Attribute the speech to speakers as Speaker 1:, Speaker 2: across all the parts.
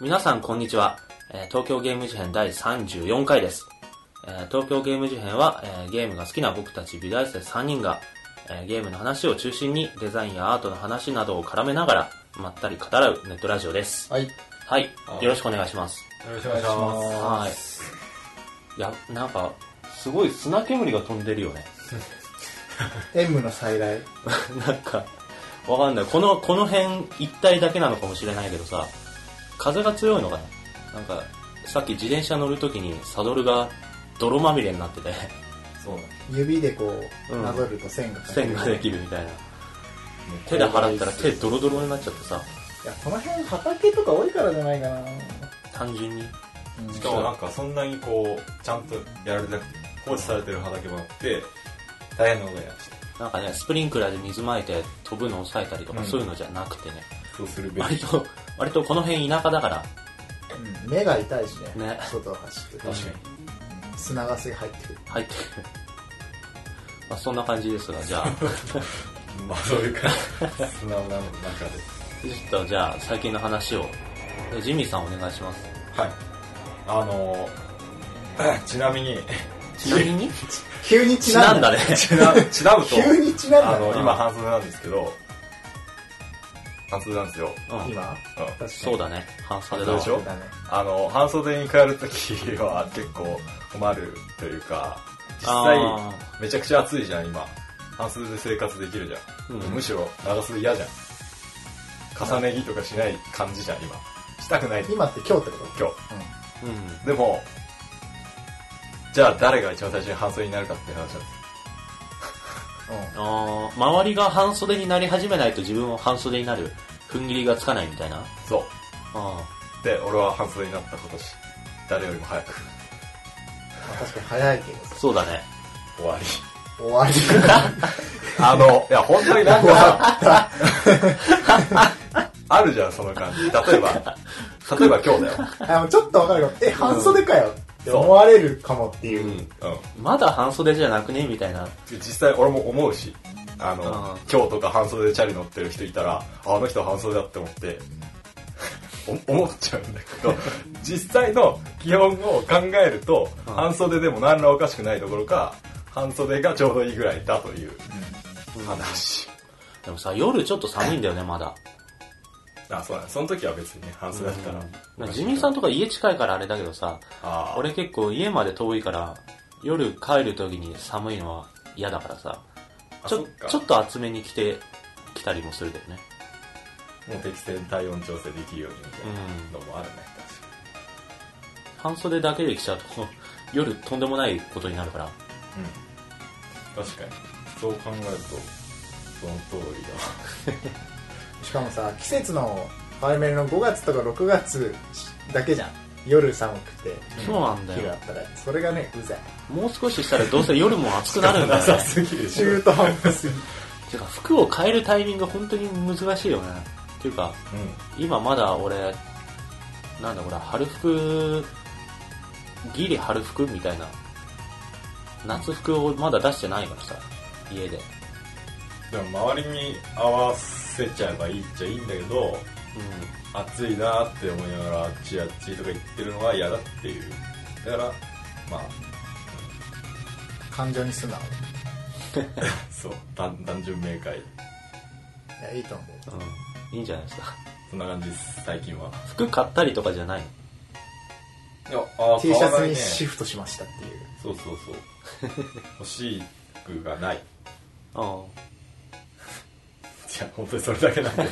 Speaker 1: 皆さんこんにちは、えー東京ゲーム事変第34回です、えー東京ゲーム事変は、えーゲームが好きな僕たち美大生3人が、えーゲームの話を中心にデザインやアートの話などを絡めながらまったり語らうネットラジオです
Speaker 2: はい。よ
Speaker 1: はい
Speaker 2: あ
Speaker 1: よろしくお願いします
Speaker 2: ろしくお
Speaker 3: 願いします
Speaker 1: はいいやなんかすごい砂煙が飛んでるよね
Speaker 2: M の再来。
Speaker 1: なんかわかんないこのこの辺一帯だけなのかもしれないけどさ風が強いのかななんかさっき自転車乗るときにサドルが泥まみれになって て
Speaker 3: そうだね
Speaker 2: 指でこう、
Speaker 1: うん
Speaker 2: なぞると線が書いてある
Speaker 1: 線ができるみたいな
Speaker 3: もう
Speaker 1: 手で払ったら
Speaker 3: 購
Speaker 1: 手ドロドロになっちゃってさ
Speaker 2: いや、この辺畑とか多いからじゃないかな。
Speaker 1: 単純に
Speaker 2: うん
Speaker 3: 買するしかもなんかそんなにこうちゃんとやられてなくて放置されてる畑もあって大変なことや
Speaker 1: なんかねスプリンクラーで水まいて飛ぶのを抑えたりとか
Speaker 3: うん
Speaker 1: そういうのじゃなくてね、
Speaker 3: そうするべ
Speaker 1: 割
Speaker 3: き
Speaker 1: と割とこの辺田舎だから
Speaker 2: うん目が痛いしね。
Speaker 1: ね
Speaker 2: 外を走ってて
Speaker 3: 確かに
Speaker 2: 砂がすぐ入ってくる。
Speaker 1: 入って くるまあそんな感じですがじゃ あ
Speaker 3: まあそういうか素直なの中で
Speaker 1: ちょっとじゃあ最近の話をでジミーさんお願いします
Speaker 3: はいあの ーちなみに
Speaker 1: ちなみに
Speaker 2: 急に
Speaker 1: ち
Speaker 2: ち
Speaker 1: な
Speaker 2: なんん
Speaker 1: だ
Speaker 2: だ。
Speaker 1: ね。
Speaker 3: ち なちなむと
Speaker 2: 急にちなん
Speaker 3: あ
Speaker 2: だ
Speaker 3: の
Speaker 2: ね。
Speaker 3: 今半袖なんですけど半袖なんですよ、
Speaker 1: うん、
Speaker 2: 今
Speaker 3: うん
Speaker 2: 確かに。
Speaker 1: そうだね。半袖だ
Speaker 3: そう
Speaker 1: わ
Speaker 3: でしょ
Speaker 2: だね。
Speaker 3: あの半袖に変えるときは結構困るというか実際
Speaker 1: あ
Speaker 3: めちゃくちゃ暑いじゃん今半袖で生活できるじゃん
Speaker 1: ーうん
Speaker 3: むしろ長袖嫌じゃん重ね着とかしない感じじゃん今したくない今
Speaker 2: 今って今日ってこ
Speaker 3: 日
Speaker 1: うん
Speaker 3: でもじゃあ誰が一番最初に半袖になるかっていう話なんですよ
Speaker 2: とうん。
Speaker 1: あー周りが半袖になり始めないと自分も半袖になる。踏ん切りがつかないみたいな。
Speaker 3: そ
Speaker 1: あ
Speaker 3: うで俺は半袖になった今年誰よりも早く
Speaker 2: まあ確かに早いけど
Speaker 1: ーそうだね。
Speaker 3: 終わり
Speaker 2: 終わり。
Speaker 3: あのいや本当になんか さあるじゃんその感じ例えば例えば今日だよ
Speaker 2: あのちょっとわかるかも。え、半袖かよって思われるかもっていうう。
Speaker 1: ん。
Speaker 3: うん
Speaker 1: まだ半袖じゃなくねみたいな。
Speaker 3: 実際俺も思うしあの
Speaker 1: あ
Speaker 3: 今日とか半袖でチャリ乗ってる人いたらああの人半袖だって思って お思っちゃうんだけ ど実際の気温を考えると
Speaker 1: うん
Speaker 3: 半袖でも何らおかしくないどころか半袖がちょうどいいぐらいだという話、
Speaker 1: でもさ、夜ちょっと寒いんだよね、まだ。
Speaker 3: あそうだねその時は別にね半袖だったら、
Speaker 1: なんかジミーさんとか家近いからあれだけどさ、
Speaker 3: あ俺
Speaker 1: 俺結構家まで遠いから、夜帰る時に寒いのは嫌だからさ、ちょ
Speaker 3: そっか
Speaker 1: ちょっと厚めに着て、来たりもするけどね。
Speaker 3: もう適正に体温調整できるようにみたい
Speaker 1: うん。
Speaker 3: なのもあるね
Speaker 1: 半袖だけで来ちゃうと、こう夜とんでもないことになるから。
Speaker 3: 確かに、そう考えるとその通りだわ
Speaker 2: しかもさ、季節の変わり目の5月とか6月だけじゃん。夜寒くて。
Speaker 1: そうなんだ
Speaker 2: 日があ
Speaker 1: よ
Speaker 2: っ。たらそれがねうざい
Speaker 1: もう少ししたらどうせ夜も暑くなるん だ
Speaker 3: な
Speaker 1: よ
Speaker 3: さ
Speaker 1: ね。
Speaker 3: すぎでしょ
Speaker 2: 中途半端すぎ
Speaker 1: てか、服を変えるタイミング本当に難しいよね。っていうか、
Speaker 3: う
Speaker 1: 今まだ俺、なんだこれ、春服、ギリ春服みたいな。夏服をまだ出してないからさ、家で。
Speaker 3: ん、でも周りに合わせちゃえばいいっちゃいいんだけど
Speaker 1: う。
Speaker 3: 暑いなって思いながらあっちあっちとか言ってるのは嫌だっていうだからまあ
Speaker 2: 感情に素直
Speaker 3: そう単単純明快
Speaker 2: いやいいと思うん
Speaker 1: うん。いいんじゃないですか。
Speaker 3: そんな感じです最近は
Speaker 1: 服買ったりとかじゃない
Speaker 3: いやあ
Speaker 2: T シャツにシフトしましたっていう
Speaker 3: そうそうそう 欲しくがない
Speaker 1: の
Speaker 3: じゃあ本当にそれだけなんで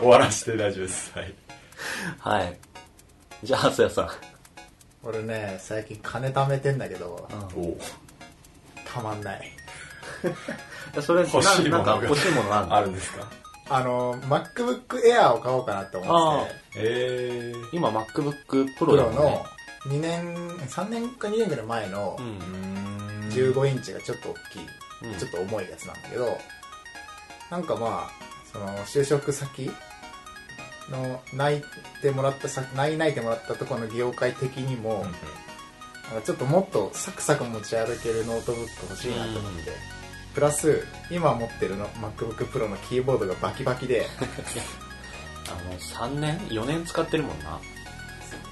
Speaker 3: 終わらせて大丈夫ですはい
Speaker 1: うん。はい。じゃあ、せやさん。
Speaker 2: 俺ね最近金貯めてんだけど
Speaker 3: おう
Speaker 2: たまんない
Speaker 1: それ、
Speaker 3: 欲しい
Speaker 1: なん
Speaker 3: もの
Speaker 1: か
Speaker 3: が
Speaker 1: 欲しいものなん
Speaker 3: あ
Speaker 1: だ。
Speaker 3: るんですか
Speaker 2: あの MacBookAir を買おうかなって思ってて
Speaker 3: ええー
Speaker 1: 今 MacBook
Speaker 2: プ
Speaker 1: Pro だ
Speaker 2: ロ
Speaker 1: もんね
Speaker 2: の。2年3年か2年ぐらい前の
Speaker 1: うん
Speaker 3: うーん
Speaker 2: 15インチがちょっと大き
Speaker 1: うん
Speaker 2: いちょっと重いやつなんだけどなんかまあその就職先の泣いてもらったさ泣い泣いてもらったところの業界的にも、
Speaker 3: うんうん
Speaker 2: なんかちょっともっとサクサク持ち歩けるノートブック欲しいなと思って、プラス今持ってるの MacBookPro のキーボードがバキバキで
Speaker 1: あの、3年 ?4 年使ってるもんな。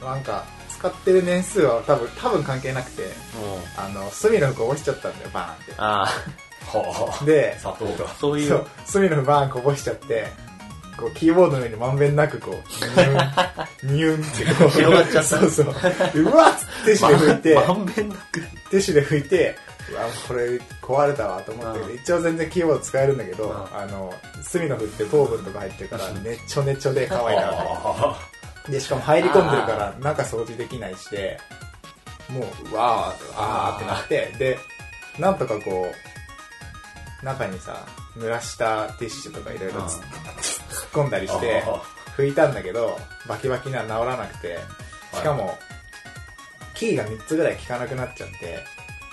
Speaker 2: なんか使ってる年数は多分多分関係なくて
Speaker 1: もう、
Speaker 2: あの隅の服こぼしちゃったんだよバーンって
Speaker 1: あ
Speaker 4: は
Speaker 2: で
Speaker 4: あ、砂糖が。
Speaker 1: そうい
Speaker 2: そうう、隅のバーンこぼしちゃって、こう、キーボードの上にまんべんなくこう、ニュン、ニュンってこう、
Speaker 1: 広がっちゃった
Speaker 2: そうそう。うわっつってティッシュで拭いて、
Speaker 1: まんべんなく。
Speaker 2: ティッシュで拭いて、うわ、これ壊れたわと思ったけ
Speaker 1: う
Speaker 2: ど、
Speaker 1: ん
Speaker 2: 一応全然キーボード使えるんだけど、
Speaker 1: うん
Speaker 2: あの、隅の振って糖分とか入ってるから、ねっちょねちょで可愛いなと
Speaker 4: あ
Speaker 2: で、しかも入り込んでるから、中掃除できないして、もう、うわー、あーってなって、で、なんとかこう、中にさ、濡らしたティッシュとかいろいろ突っ込んだり
Speaker 4: あ。
Speaker 2: して
Speaker 4: あ、あ
Speaker 2: 拭いたんだけど、バキバキには治らなくて、しかも、キーが3つぐらい効かなくなっちゃって、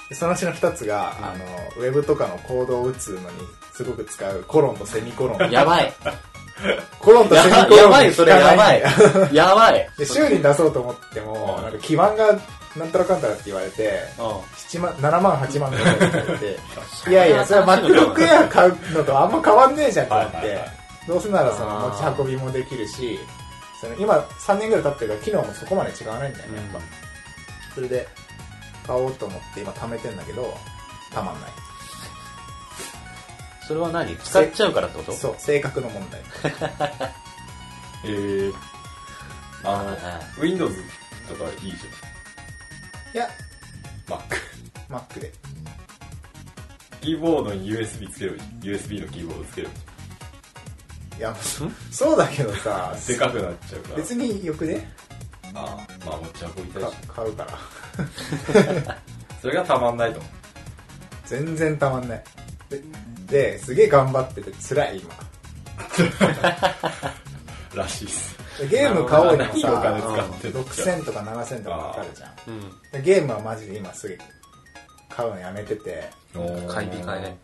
Speaker 2: でそのうちの2つが、あの、ウェブとかのコードを打つのに、すごく使うコロンとセミコロン。
Speaker 1: やばい。
Speaker 2: コロンとセミコロン
Speaker 1: やばい、それ
Speaker 2: が
Speaker 1: や
Speaker 2: 効かな
Speaker 1: ばい。やばい。
Speaker 2: で修理に出そうと思っても、
Speaker 4: うん
Speaker 2: なんか基盤がなんたらかんたらって言われて、
Speaker 1: う
Speaker 2: 7万、7万、8万とかって言われ て、いやいや、それは MacBook Air 買うのとあんま変わんねえじゃんと思っ
Speaker 4: はいはいはい
Speaker 2: て、どうせならその
Speaker 1: あー
Speaker 2: 持ち運びもできるし、その今3年ぐらい経ってるから機能もそこまで違わないんだよね、やっぱ。それで、買おうと思って今貯めてんだけど、たまんない。
Speaker 1: ん。それは何使っちゃうからってこと
Speaker 2: そう、性格の問題。
Speaker 4: えー、あ
Speaker 1: はい
Speaker 4: の、
Speaker 1: はい
Speaker 4: Windows とかいいじ
Speaker 2: いや、
Speaker 4: ゃん。Mac。
Speaker 2: Mac で。
Speaker 4: キーボードに USB つける USB のキーボードつける
Speaker 2: いや、そうだけどさ、
Speaker 4: でかくなっちゃうから。
Speaker 2: 別によくね、
Speaker 4: ああ、まあ持ち運びたい
Speaker 2: か
Speaker 4: し。
Speaker 2: 買うから。
Speaker 4: それがたまんないと思う。
Speaker 2: 全然たまんないでですげえ頑張ってて辛い今
Speaker 4: らしいっす。
Speaker 2: でゲーム買おうにも
Speaker 4: なる
Speaker 2: さ
Speaker 4: ほどねいいお金使ってる
Speaker 2: 6000とか7000とかかかるじゃん
Speaker 1: うん。
Speaker 2: でゲームはマジで今すぐ買うのやめてて
Speaker 1: 買い控え。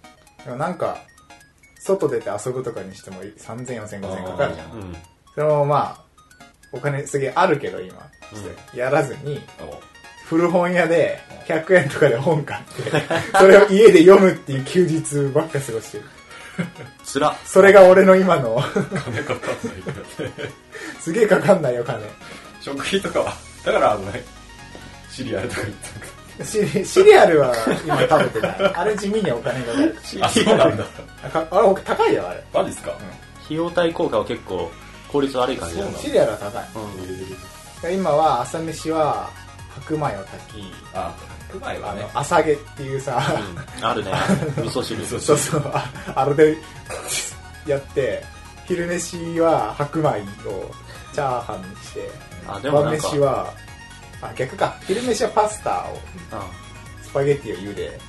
Speaker 2: でもなんか外出て遊ぶとかにしても300040005000かかるじゃ
Speaker 4: あ
Speaker 2: ん
Speaker 4: ー
Speaker 1: うん。
Speaker 2: それもまあお金すげえあるけど今ちょっとやらずに
Speaker 4: お
Speaker 2: 古本屋で100円とかで本買ってそれを家で読むっていう休日ばっか過ごしてる
Speaker 1: つら。
Speaker 2: それが俺の今の
Speaker 4: 金かかんないからね。
Speaker 2: すげえかかんないよ金
Speaker 4: 食費とかは、だから危ない。シリアルとか言って
Speaker 2: シリシリアルは今食べてない。あれ地味にお金がかかる。
Speaker 4: たあ、そうなんだ。
Speaker 2: あかあれ高いよ、あれ。
Speaker 4: マジっすか
Speaker 1: 費用対効果は結構効率悪い感じだ
Speaker 4: そうなの
Speaker 2: シリアルは高い。
Speaker 1: うん。
Speaker 2: 今は朝飯は白米を炊き、
Speaker 4: あ、うまいわ
Speaker 2: あ
Speaker 4: ね
Speaker 2: の、。朝毛っていうさ、
Speaker 1: うんある ね。味噌汁。
Speaker 4: 味噌汁
Speaker 2: そうそう、ああれでやって、昼飯は白米をチャーハンにして、
Speaker 1: あ、でも
Speaker 2: 晩
Speaker 1: なんか
Speaker 2: 飯、は、あ、逆か。昼飯はパスタを、
Speaker 1: う
Speaker 2: スパゲティを茹で、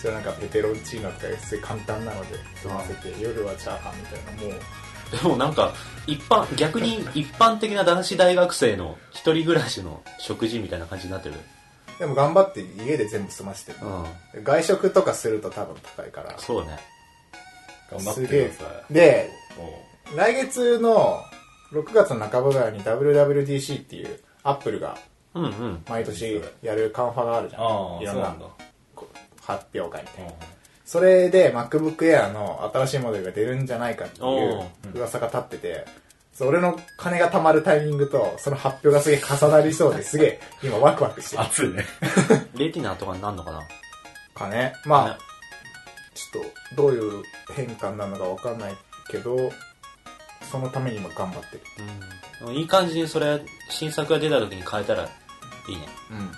Speaker 2: それなんかペペロンチーノとかすごい簡単なので済ませて、夜はチャーハンみたいな、もう、
Speaker 1: んでもなんか、一般、逆に一般的な男子大学生の一人暮らしの食事みたいな感じになってる。
Speaker 2: でも頑張って家で全部済ませて
Speaker 1: う
Speaker 2: る、
Speaker 1: ん。
Speaker 2: 外食とかすると多分高いから
Speaker 1: そうね。
Speaker 4: 頑張って
Speaker 2: す
Speaker 4: く
Speaker 2: げ
Speaker 4: だ
Speaker 2: え
Speaker 4: さい。
Speaker 2: で
Speaker 4: お
Speaker 2: 来月の6月の半ばぐらいに WWDC っていうアップルが
Speaker 1: うんうん。
Speaker 2: 毎年やるカンファがあるじゃ
Speaker 4: あ
Speaker 2: ん
Speaker 4: あ、
Speaker 2: いろ
Speaker 4: そ
Speaker 2: ん
Speaker 4: うな
Speaker 2: なん
Speaker 4: だ。
Speaker 2: こ発表会みたいな
Speaker 4: うん
Speaker 2: それで MacBook Air の新しいモデルが出るんじゃないかっていう噂が立っててそう俺の金が貯まるタイミングとその発表がすげえ重なりそうですげえ今ワクワクしてる
Speaker 4: 熱いね。
Speaker 1: レティナとかになるのかな
Speaker 2: かねまあ、
Speaker 1: ね
Speaker 2: ちょっとどういう変換なのかわかんないけどそのために今頑張ってる
Speaker 1: うん。いい感じにそれ、新作が出た時に変えたらいいね。
Speaker 2: うん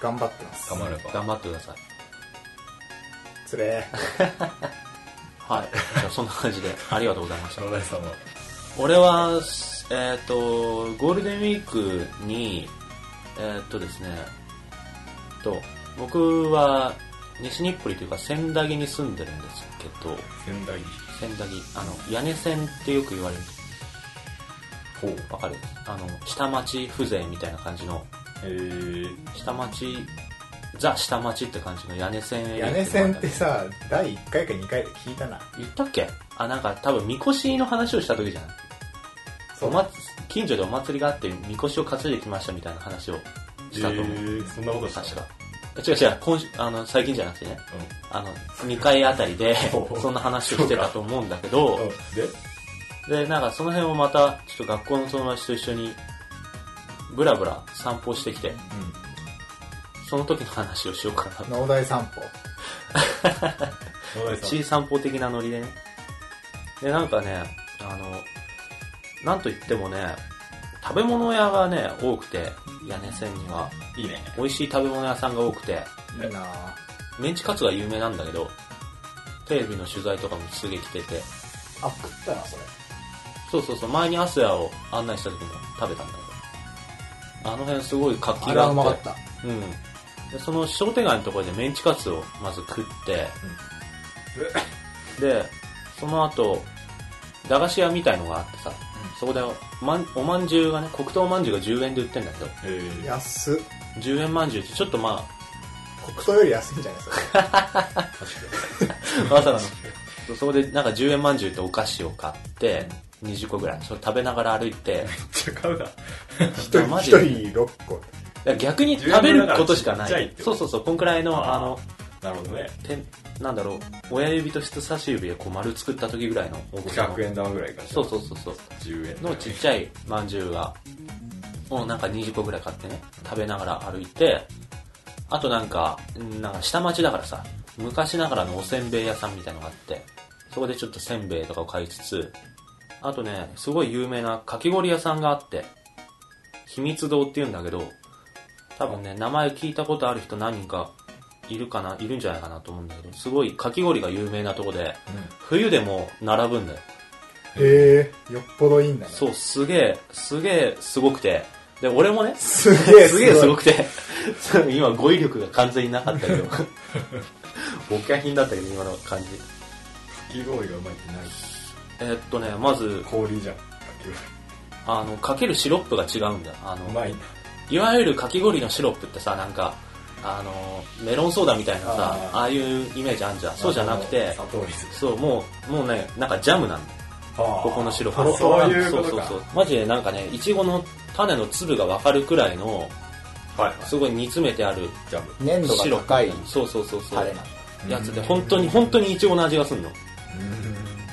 Speaker 2: 頑張ってます
Speaker 4: 頑張れば。
Speaker 1: 頑張ってください。
Speaker 2: つれ
Speaker 1: はい。じゃあそんな感じで、ありがとうございました。
Speaker 4: 野田さんは。
Speaker 1: 俺は、すえっ、と、ゴールデンウィークに、えっ、とですね、と、僕は西日暮里というか千駄木に住んでるんですけど、
Speaker 4: 仙台に。
Speaker 1: 千駄木、あの、屋根線ってよく言われる。
Speaker 4: ほう。
Speaker 1: わかるあの、下町風情みたいな感じの、
Speaker 4: えー、
Speaker 1: 下町、ザ下町って感じの屋根線エリア
Speaker 2: 屋
Speaker 1: いうのがあ
Speaker 2: 根
Speaker 1: んだ
Speaker 2: 線ってさ第1回か2回で聞いたな
Speaker 1: 言ったっけあ、なんか多分、みこしの話をした時じゃない
Speaker 2: そ
Speaker 1: お
Speaker 2: う
Speaker 1: ま近所でお祭りがあって、みこしを担いできましたみたいな話をしたと思う。
Speaker 4: ーそんなことした
Speaker 1: 確か。違う違う、今週、あの、最近じゃなくてね、
Speaker 4: う
Speaker 1: あの、2回あたりで
Speaker 4: お、う
Speaker 1: そんな話をしてたと思うんだけど
Speaker 4: ん、。で、
Speaker 1: で、なんかその辺をまた、ちょっと学校の友達と一緒に、ブラブラ散歩してきて、その時の話をしようかな。
Speaker 2: 農大散歩。
Speaker 4: 野田さん
Speaker 1: 地位散歩的なノリでね。で、なんかね、あの、なんといってもね、食べ物屋がね、多くて、屋根線には。
Speaker 4: いいね
Speaker 1: 美味しい食べ物屋さんが多くて、
Speaker 2: いいなぁ
Speaker 1: メンチカツが有名なんだけど、テレビの取材とかもすげえ来てて、
Speaker 2: あ、食ったな、それ。
Speaker 1: そうそうそう、前にアスヤを案内した時も食べたんだけど、あの辺すごい活
Speaker 2: あ
Speaker 1: 気
Speaker 2: れ
Speaker 1: が
Speaker 2: はうま
Speaker 1: あ
Speaker 2: か
Speaker 1: っ、
Speaker 2: ってた。
Speaker 1: うん。で、その商店街のところでメンチカツをまず食って、で、その後、駄菓子屋みたいのがあってさ、そこでおまんおまんじゅうがね、黒糖まんじゅうが10円で売ってんだけど、
Speaker 4: えー
Speaker 2: 安っ。
Speaker 1: 10円まんじゅうってちょっとま
Speaker 2: 黒糖より安いんじゃないですか。
Speaker 1: あ、わざわざ、そこでなんか10円まんじゅうってお菓子を買って、20個ぐらい、それ食べながら歩いて、
Speaker 4: 違うな
Speaker 2: 一人
Speaker 1: マ
Speaker 2: 一
Speaker 1: ジで
Speaker 2: 人6個。
Speaker 1: いや逆に食べることしか
Speaker 4: 10
Speaker 1: な
Speaker 4: 円だからちっちゃい
Speaker 1: い
Speaker 4: っ。てこ
Speaker 1: そ
Speaker 4: と
Speaker 1: うそうそう、こんくらいの、
Speaker 4: あー
Speaker 1: あの、
Speaker 4: なるほどね
Speaker 1: てんなんだろう、親指と人差し指でこう丸作った時ぐらいの大きさの
Speaker 4: 100。円玉ぐらいから
Speaker 1: そうそうそうそう。
Speaker 4: 10円
Speaker 1: のちっちゃいまんじゅうが、をなんか20個ぐらい買ってね、食べながら歩いて、あとなんか、うんなんか下町だからさ、昔ながらのおせんべい屋さんみたいのがあって、そこでちょっとせんべいとかを買いつつ、あとね、すごい有名なかき氷屋さんがあって、秘密堂って言うんだけど、多分ね、名前聞いたことある人何人かいるかな、いるんじゃないかなと思うんだけど、すごいかき氷が有名なとこで、冬でも並ぶんだよ。
Speaker 2: へえ、よっぽどいいんだね。
Speaker 1: そう、すげえ、すげえ、すごくて。で、俺もね、す
Speaker 2: すげえ、
Speaker 1: げえすご
Speaker 2: く。
Speaker 1: くて、 そう今語彙力が完全になかった けど、ボキャ品だったけど、今の感じ。
Speaker 4: かき氷がうまいってない
Speaker 1: えーっとね、まず、
Speaker 4: 氷じゃんか
Speaker 1: あの、かけるシロップが違うんだよ。あ
Speaker 4: き氷う
Speaker 1: の、
Speaker 4: まいない
Speaker 1: わゆるかき氷のシロップってさ、なんか、あの、メロンソーダみたいなさ、
Speaker 4: あー
Speaker 1: ああいうイメージあんじゃん。そうじゃなくて
Speaker 4: 砂、糖水
Speaker 1: そう、もう、もうね、なんかジャムなんだよこ
Speaker 4: こ
Speaker 1: このシロップ
Speaker 4: あ
Speaker 1: は。
Speaker 4: そういうことか
Speaker 1: そうそうそう。マジでなんかね、いちごの種の粒がわかるくらいの、
Speaker 4: はいはい
Speaker 1: すごい煮詰めてある
Speaker 4: ジャム
Speaker 3: 粘度が高い
Speaker 1: そうそうそうそ
Speaker 3: タレ
Speaker 1: う
Speaker 3: なんだ
Speaker 1: やつで本当に本当にイチゴの味がすんの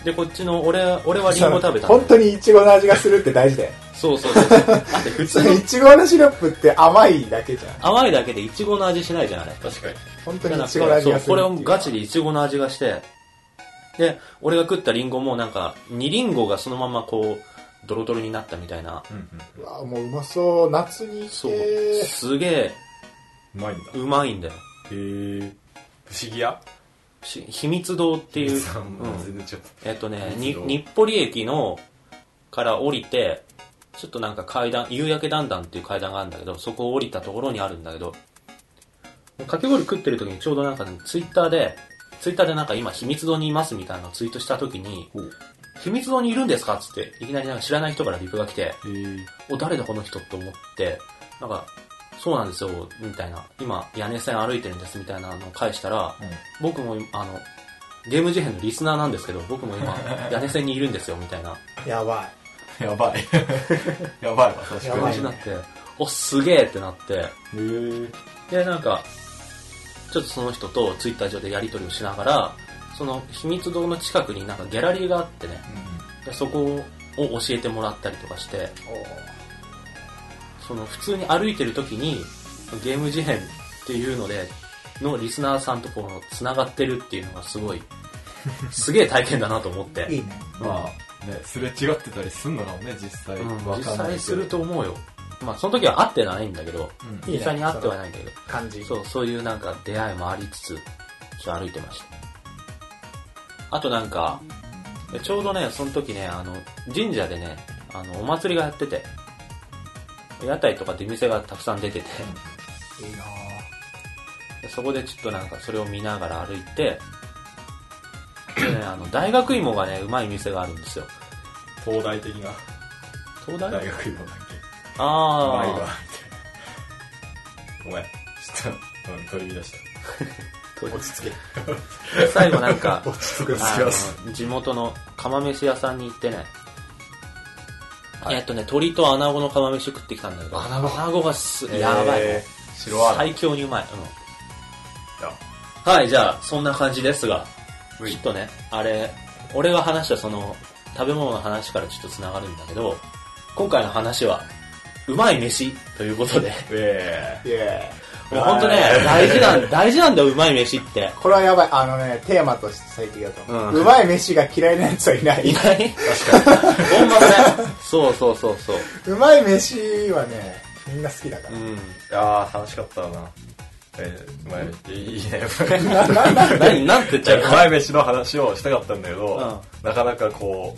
Speaker 1: でこっちの俺俺はリンゴ食べたの
Speaker 2: 本当にイチゴの味がするって大事だよ。
Speaker 1: そうそうそう だって普
Speaker 2: そ
Speaker 1: 通
Speaker 2: れ
Speaker 1: の
Speaker 2: イチゴのシロップって甘いだけじゃん。
Speaker 1: 甘いだけでイチゴの味しないじゃんあれ
Speaker 4: 確かに
Speaker 2: 本当にイチゴの味
Speaker 1: そ
Speaker 2: が
Speaker 1: う
Speaker 2: する
Speaker 1: これをガチでイチゴの味がしてで俺が食ったリンゴもなんか2リンゴがそのままこうドロドロになったみたいな
Speaker 4: うんうん
Speaker 2: うわもううまそう。夏に行
Speaker 1: そう
Speaker 2: け
Speaker 1: すげえ
Speaker 4: うまいんだ
Speaker 1: うまいんだよ
Speaker 4: へえ不思議屋
Speaker 1: し秘密堂っていう
Speaker 4: さん
Speaker 1: うん
Speaker 4: も全然ちょっと
Speaker 1: えっとね、
Speaker 4: 秘密
Speaker 1: に
Speaker 4: 堂
Speaker 1: 日暮里駅の、から降りて、ちょっとなんか階段、夕焼け段々っていう階段があるんだけど、そこを降りたところにあるんだけど、かき氷食ってる時にちょうどなんかね、ツイッターで、ツイッターでなんか今秘密堂にいますみたいなのをツイートした時に、秘密堂にいるんですかっつって、いきなりなんか知らない人からリプが来て、お、誰だこの人って思って、なんか、そうなんですよ、みたいな。今、屋根線歩いてるんです、みたいなのを返したら、僕も、あの、ゲーム事変のリスナーなんですけど、僕も 今、屋根線にいるんですよ、みたいな
Speaker 2: やばい。
Speaker 4: やばい やばいわ確
Speaker 2: や
Speaker 4: か
Speaker 2: ば
Speaker 1: 感
Speaker 2: い
Speaker 1: じになって、お、すげえってなって、
Speaker 4: にへえ
Speaker 1: で、なんか、ちょっとその人とツイッター上でやり取りをしながら、その秘密堂の近くになんかギャラリーがあってね、でそこを教えてもらったりとかして、その普通に歩いてる時に、ゲーム事変っていうので、のリスナーさんとこの繋がってるっていうのがすご い、すげえ体験だなと思って。
Speaker 2: いいね。
Speaker 4: まあねすれ違ってたりすんのかもね実際
Speaker 1: うん、
Speaker 4: わ
Speaker 1: 実
Speaker 4: かんないけど
Speaker 1: 際すると思うよ。まあ、その時は会ってないんだけど、
Speaker 4: うん
Speaker 2: いいね
Speaker 1: 実際に会ってはないんだけど、
Speaker 2: 感じ。
Speaker 1: そう、そういうなんか出会いもありつつ、ちょっと歩いてました。あとなんか、ちょうどね、その時ね、あの、神社でね、あの、お祭りがやってて、屋台とか出店がたくさん出てて、
Speaker 2: いいな
Speaker 1: でそこでちょっとなんかそれを見ながら歩いて、でね、あの、大学芋がね、うまい店があるんですよ。
Speaker 4: 東大的な
Speaker 1: 東
Speaker 4: 大
Speaker 1: 大
Speaker 4: 学芋だっけ
Speaker 1: あ
Speaker 4: 前がみたい
Speaker 1: ー
Speaker 4: な。ごめん、ちょっと、うん、取り乱した。
Speaker 2: ぁ。落ち着け。
Speaker 1: で最後な んか、
Speaker 2: 落ち着く。
Speaker 1: あの地元の釜飯屋さんに行ってね、えっとね、鶏と穴子の釜飯食ってきたんだけど、穴子がす、 やばい。
Speaker 4: えー白アナ
Speaker 1: 最強にうまい。
Speaker 4: だ。
Speaker 1: うん。はい、じゃあ、そんな感じですが、
Speaker 4: う
Speaker 1: ち
Speaker 4: い
Speaker 1: ょっとね、あれ、俺が話したその、食べ物の話からちょっと繋がるんだけど、今回の話は、うまい飯ということで。
Speaker 3: ええ
Speaker 2: イエ
Speaker 1: もう本当ね、大事なん、大事なんだよ、うまい飯って
Speaker 2: ー。イこれはやばい。あのね、テーマとして最近だと。
Speaker 1: うん
Speaker 2: うまい飯が嫌いなやつは いない。
Speaker 1: いない
Speaker 3: 確かに。
Speaker 1: ほんまそれ。そうそうそうそう。
Speaker 2: うまい飯はね、みんな好きだか
Speaker 1: うん。
Speaker 3: いやー、楽しかったな。えー、前、いいね。
Speaker 2: ら。な、な、な、
Speaker 1: 何、なんて言っち
Speaker 3: じ
Speaker 1: ゃ
Speaker 3: ゃ
Speaker 1: う
Speaker 3: あ、
Speaker 1: か。
Speaker 3: 前飯の話をしたかったんだけど、なかなかこ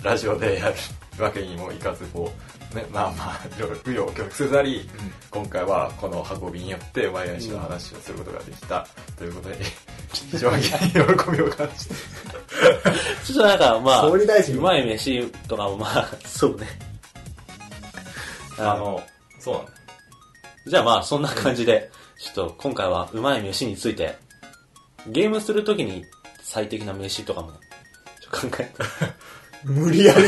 Speaker 3: う、ラジオでやるわけにもいかず、こう、ね、まあまあ、いろいろ紆余曲折あり、今回はこの運びによって前飯の話をすることができた、ということに、非常に喜びを感じて。
Speaker 1: ちょっとなんか、まあ、
Speaker 2: 総理大臣
Speaker 1: うまい飯とかもまあ、そうね。
Speaker 3: あ
Speaker 1: あの、
Speaker 3: の、そうなんだ。
Speaker 1: じゃあまあ、そんな感じで、ちょっと今回はうまい飯について、ゲームするときに最適な飯とかも、ちょっと考えて。
Speaker 2: 無理やり。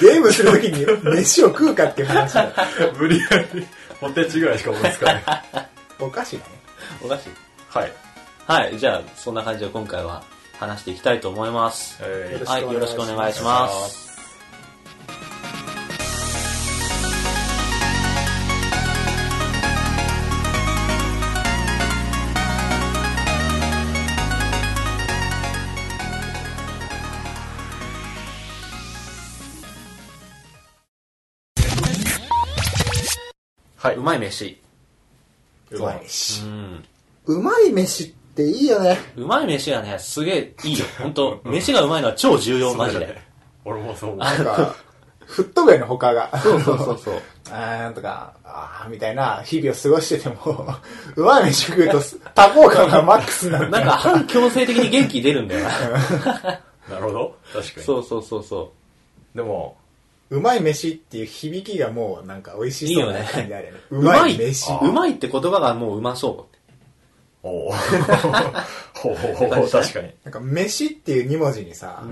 Speaker 2: ゲームするときに飯を食うかっていう話だよ。
Speaker 3: 無理やり、ポテチぐらいしか思いつかない。
Speaker 2: おかしいなね。
Speaker 1: おかしい。
Speaker 3: はい。
Speaker 1: はい、じゃあ、そんな感じで今回は話していきたいと思います。
Speaker 3: えー
Speaker 1: はい、よろしくお願いします。。
Speaker 3: はいう
Speaker 1: まい飯。
Speaker 2: うまい飯
Speaker 1: う。ん。
Speaker 2: うまい飯っていいよね。
Speaker 1: うまい飯はね、すげえいいよ。本当飯がうまいのは超重要、マジ
Speaker 3: そうだ
Speaker 1: で
Speaker 3: ね。。俺もそう思う。
Speaker 2: なんか、吹っ飛ぶよね、他が。
Speaker 1: そうそうそうそう。
Speaker 2: あーとか、あーみたいな日々を過ごしてても、 うまい飯食うと多幸感がマックスなん
Speaker 1: な
Speaker 2: だ
Speaker 1: んか反強制的に元気出るんだよな。
Speaker 3: なるほど。確かに。
Speaker 1: そうそうそうそ
Speaker 3: でも、
Speaker 2: うまい飯っていう響きがもうなんか美味し そうな感じあるよね。
Speaker 1: う。
Speaker 2: うまい飯。
Speaker 1: うまいって言葉がもううまそ
Speaker 3: おお。ほうほうほうほう、確かに。
Speaker 2: なんか飯っていう2文字にさ、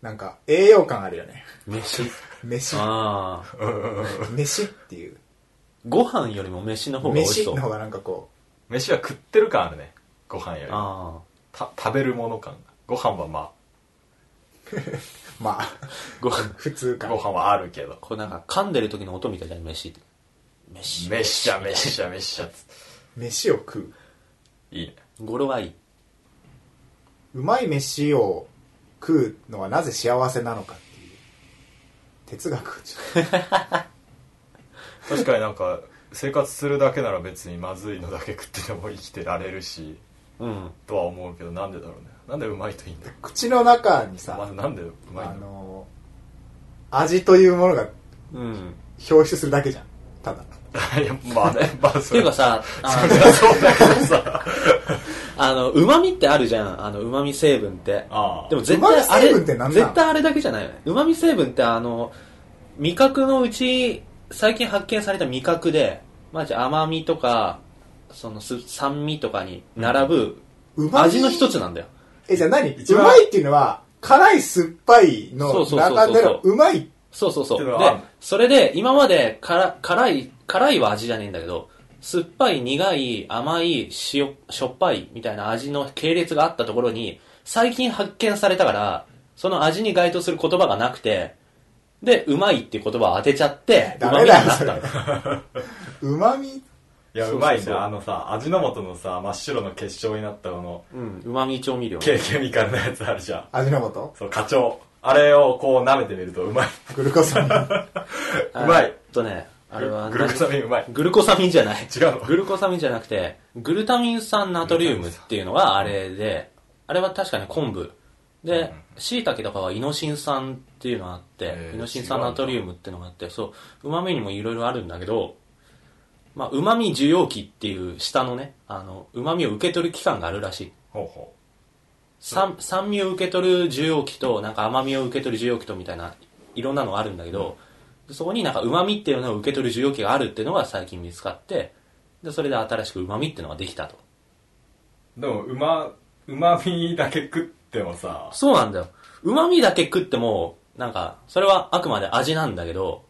Speaker 2: なんか栄養感あるよね。
Speaker 1: う。飯。
Speaker 2: 飯、
Speaker 1: ああ。
Speaker 2: 飯っていう。
Speaker 1: ご飯よりも飯の方 が美味し
Speaker 2: 飯
Speaker 1: そ
Speaker 2: の
Speaker 1: う。
Speaker 2: 方がなんかこ
Speaker 3: 飯は食ってる感あるね。ご飯より。
Speaker 1: あ
Speaker 3: た食べるもの感が。ご飯はま
Speaker 2: う、まあ、
Speaker 1: あ。ご飯。
Speaker 2: 普通
Speaker 3: あ、
Speaker 2: 感
Speaker 3: ご。飯はあるけど。
Speaker 1: これなんか噛んでる時の音みたいじゃん、飯って。飯。
Speaker 3: めっしゃめっしゃめっしゃつ。
Speaker 2: 飯を食う。
Speaker 3: いいね。
Speaker 1: 語呂がいい。
Speaker 2: うまい飯を食うのはなぜ幸せなのかっていう哲学
Speaker 3: 確かになんか、生活するだけなら別にまずいのだけ食ってても生きてられるし、
Speaker 1: うん。
Speaker 3: とは思うけど、なんでだろうね。なんでうまいといいんだろ
Speaker 2: 口の中に
Speaker 3: う。ま
Speaker 2: さ
Speaker 3: ず、なんでうまい
Speaker 2: あ
Speaker 3: の
Speaker 2: の味というものが
Speaker 1: うん。
Speaker 2: 表出するだけじゃんただ
Speaker 3: いや、ま あね、まあ
Speaker 1: っ
Speaker 3: そ
Speaker 1: ていう
Speaker 3: れ
Speaker 1: か
Speaker 3: は
Speaker 1: さ、あ の
Speaker 3: そうだけどさ。
Speaker 1: あの、旨味ってあるじゃん。あの、旨味成分って。
Speaker 3: ああ。
Speaker 1: でも絶対あ
Speaker 2: 旨味成
Speaker 1: れ、
Speaker 2: 分って何なの
Speaker 1: 絶対あれだけじゃないよね。旨味成分ってあの、味覚のうち、最近発見された味覚で、まあ、じゃあ甘みとか、そのす酸味とかに並ぶ
Speaker 2: うまい
Speaker 1: 味の一つなんだよ。
Speaker 2: えじゃあ何
Speaker 3: 一
Speaker 2: う
Speaker 3: 番
Speaker 2: まいっていうのは辛い酸っぱい
Speaker 1: そう
Speaker 2: の
Speaker 1: そうそうそう
Speaker 2: 中でのうまい
Speaker 1: そうそうそう。
Speaker 3: け
Speaker 1: で
Speaker 3: どあ、
Speaker 1: それで今までから辛い、辛いは味じゃねえんだけど、酸っぱい、苦い、甘い、塩、しょっぱいみたいな味の系列があったところに、最近発見されたから、その味に該当する言葉がなくて、で、うまいっていう言葉を当てちゃって、う
Speaker 2: ダ
Speaker 1: まみ
Speaker 2: メ
Speaker 1: に
Speaker 2: だよ
Speaker 1: なっ
Speaker 2: そ
Speaker 1: た
Speaker 2: れ
Speaker 1: の。
Speaker 2: うまみ
Speaker 3: いや、
Speaker 1: そうそうそう
Speaker 3: うまいんだよ。あのさ、味の素のさ、真っ白の結晶になったこの、
Speaker 1: うん、うまみ調味料。
Speaker 3: ケケミカルなやつあるじゃん。
Speaker 2: 味の素
Speaker 3: そう、課長。あれをこう舐めてみるとうまい。
Speaker 2: グルコサミン
Speaker 1: あ
Speaker 3: うまい。
Speaker 1: とね、あれは
Speaker 3: グルグルコサミンうまい。
Speaker 1: グルコサミンじゃない。
Speaker 3: 違うの
Speaker 1: グルコサミンじゃなくて、グルタミン酸ナトリウムっていうのがあれで、あれは確かに昆布。で、椎茸とかはイノシン酸っていうのがあって
Speaker 3: へ、ー
Speaker 1: イノシン酸ナトリウムっていうのがあって、そう、旨味にもいろいろあるんだけど、まあ、旨味受容器っていう下のね、あの、旨味を受け取る器官があるらしい。
Speaker 3: ほうほ
Speaker 1: 酸酸味を受け取る受容器となんか甘みを受け取る受容器とみたいないろんなのがあるんだけど、そこになんか旨味っていうのを受け取る受容器があるっていうのが最近見つかってでそれで新しく旨味っていうのができたと
Speaker 3: う。でも、うま、うまみだけ食ってもさ、
Speaker 1: そうなんだよ旨味だけ食ってもなんかそれはあくまで味なんだけど、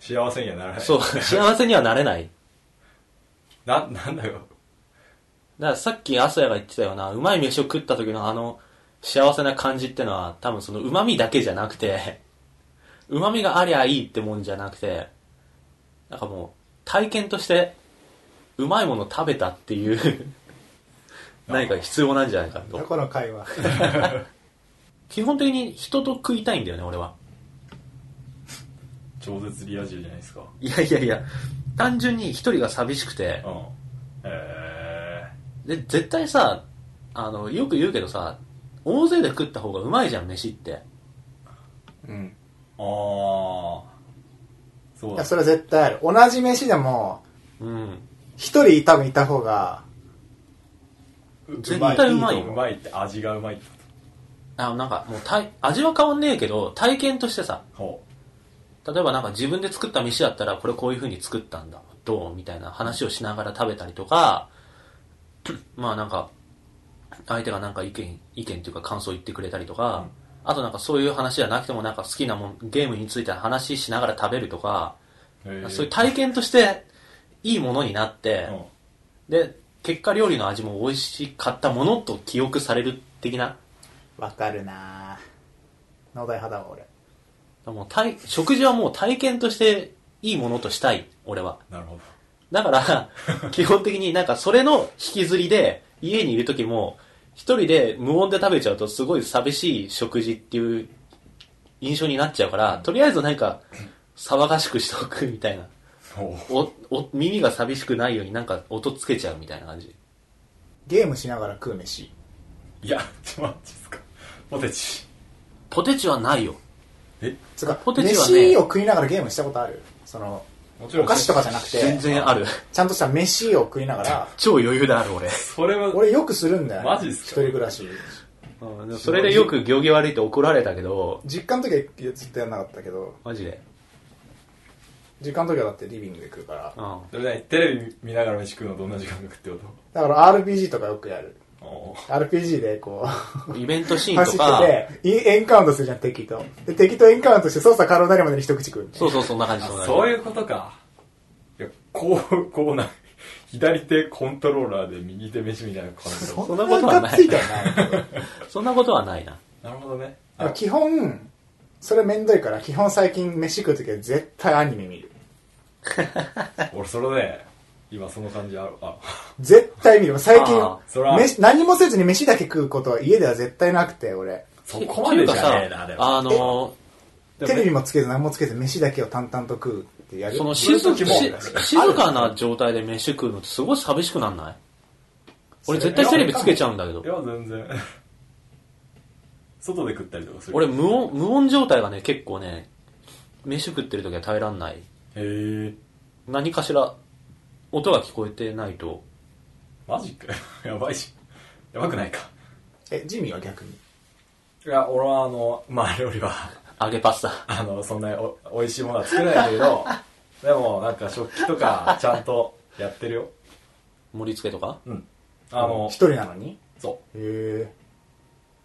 Speaker 3: 幸せにはならない。
Speaker 1: そう幸せにはなれない
Speaker 3: な、なんだよ。
Speaker 1: だからさっきアスヤが言ってたようなうまい飯を食った時のあの幸せな感じってのは多分その旨味だけじゃなくて旨味がありゃいいってもんじゃなくて、なんかもう、体験として、うまいもの食べたっていう、 何か必要なんじゃないか
Speaker 2: ど
Speaker 1: と。
Speaker 2: この会話
Speaker 1: 基本的に人と食いたいんだよね、俺は。
Speaker 3: 超絶リア充じゃないですか
Speaker 1: いやいやいや、単純に一人が寂しくて、
Speaker 3: うんえ
Speaker 1: で、絶対さ、あの、よく言うけどさ、大勢で食った方がうまいじゃん、飯って。
Speaker 3: うんああ
Speaker 2: い
Speaker 3: そ
Speaker 2: うや
Speaker 3: だ
Speaker 2: それは絶対ある同じ飯でも
Speaker 1: うん。
Speaker 2: 一人多分いた方が
Speaker 1: 絶対うまいよ
Speaker 3: うまいって味がうまいってこ
Speaker 1: あなんか、もう体、味は変わんねえけど、体験としてさ、
Speaker 3: とほ
Speaker 1: 例えばなんか自分で作った飯だったら、これこういう風に作ったんだ。どうみたいな話をしながら食べたりとか、 まあなんか、相手がなんか意見、意見というか感想言ってくれたりとか、あとなんかそういう話じゃなくてもなんか好きなもん、ゲームについて話しながら食べるとか、
Speaker 3: うへー
Speaker 1: そういう体験としていいものになって、
Speaker 3: うん
Speaker 1: で、結果料理の味も美味しかったものと記憶される的な、
Speaker 2: わかるなぁ脳大派だわ俺
Speaker 1: もう体食事はもう体験としていいものとしたい、俺は。
Speaker 3: なるほど
Speaker 1: だ から、基本的になんかそれの引きずりで、家にいる時も、一人で無音で食べちゃうとすごい寂しい食事っていう印象になっちゃうから、とりあえずなんか騒がしくしておくみたいな。
Speaker 3: おう
Speaker 1: お、お、耳が寂しくないようになんか音つけちゃうみたいな感じ。
Speaker 2: ゲームしながら食う飯
Speaker 3: いやちょマジっすかポテチ
Speaker 1: ポテチはないよ。
Speaker 3: え
Speaker 2: つうか
Speaker 1: ポテチはね
Speaker 2: 飯を食いながらゲームしたことあるその
Speaker 3: もちろ
Speaker 2: お
Speaker 3: ん
Speaker 2: 菓子とかじゃなくて
Speaker 1: 全然ある。
Speaker 2: ちゃんとした飯を食いながら
Speaker 1: 超余裕である俺。
Speaker 3: それは
Speaker 2: 俺よくするんだよ、ね、
Speaker 3: マジっすか
Speaker 2: 一人暮らし
Speaker 1: うんでもそれでよく行儀悪いって怒られたけど、
Speaker 2: 実家の時はずっとやんなかったけど
Speaker 1: マジで。
Speaker 2: 実家の時はだってリビングで食うから
Speaker 1: うん。
Speaker 3: それ何テレビ見ながら飯食うのどんな時間か食ってこと
Speaker 2: だから RPG とかよくやる
Speaker 3: おう
Speaker 2: RPG でこう
Speaker 1: イベントシーン
Speaker 2: 走
Speaker 1: と
Speaker 2: っ
Speaker 1: か、
Speaker 2: てていエンカウントするじゃん敵とで敵とエンカウントして操作可能になるまでに一口食うみたい
Speaker 1: そうそう、そんな感じ、
Speaker 3: あ
Speaker 1: そんな感じ。
Speaker 3: そういうことかいやこうこうない左手コントローラーで右手飯みたいな感じ
Speaker 2: な
Speaker 1: そ
Speaker 2: そ
Speaker 1: ん
Speaker 2: ん
Speaker 1: な
Speaker 2: な
Speaker 1: ことはない
Speaker 2: がっついてはないけど
Speaker 1: そんなことはないな。
Speaker 3: なるほどね
Speaker 2: でも基本それめんどいから基本最近飯食う時は絶対アニメ見る
Speaker 3: 俺それね今その感じあるあ
Speaker 2: 絶対見る最近
Speaker 1: あー
Speaker 3: そら
Speaker 2: 飯何もせずに飯だけ食うことは家では絶対なくて俺
Speaker 3: そこまでじゃねえ
Speaker 1: っていうかさ
Speaker 3: なでも
Speaker 1: あの
Speaker 3: でも
Speaker 2: テレビもつけず何もつけず飯だけを淡々と食うってや
Speaker 1: ー、
Speaker 2: る
Speaker 1: その
Speaker 3: そうい
Speaker 1: 静
Speaker 3: う時も
Speaker 1: し静かな状態で飯食うのってすごい寂しくなんない俺絶対テレビつけちゃうんだけど
Speaker 3: い。や全然外で食ったりとかする
Speaker 1: 俺無音、無音状態がね、結構ね、飯食ってる時は耐えらんない。
Speaker 3: へえ
Speaker 1: 何かしら音が聞こえてないと。
Speaker 3: マジかよ やばいしやばくないか
Speaker 2: えジミーは逆に
Speaker 3: いや俺はあのまあ料理は
Speaker 1: 揚げパスタ。
Speaker 3: あのそんなにお美味しいものは作れないんだ けどでもなんか食器とかちゃんとやってるよ
Speaker 1: 盛り付けとか
Speaker 3: うんあの
Speaker 2: 一人なのに
Speaker 3: そ
Speaker 2: へ
Speaker 3: う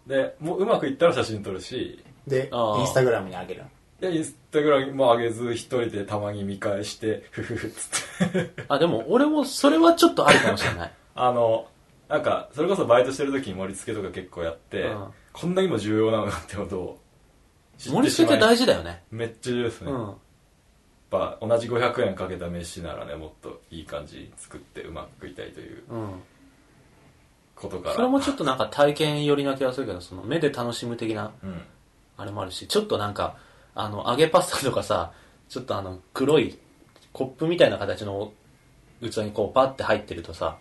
Speaker 3: でもううまくいったら写真撮るし
Speaker 2: えで
Speaker 1: あー
Speaker 2: インスタグラムにあげる
Speaker 3: でインスタグラムも上げず一人でたまに見返してふふふっつって
Speaker 1: あ、でも俺もそれはちょっとあるかもしれない。
Speaker 3: あのなんかそれこそバイトしてる時に盛り付けとか結構やって、
Speaker 1: うん
Speaker 3: こんなにも重要なのかってことを 知
Speaker 1: 盛り付けって
Speaker 3: しまい
Speaker 1: 大事だよね。
Speaker 3: めっちゃ重要ですね、
Speaker 1: う
Speaker 3: やっ
Speaker 1: ん。
Speaker 3: ぱ同じ500円かけた飯ならねもっといい感じに作ってうまく食いたいという
Speaker 1: うん。
Speaker 3: ことから
Speaker 1: それもちょっとなんか体験寄りな気がするけど、その目で楽しむ的な。
Speaker 3: うん
Speaker 1: あれもあるし、ちょっとなんか、あの、揚げパスタとかさ、ちょっとあの、黒いコップみたいな形の器にこう、バッて入ってるとさ、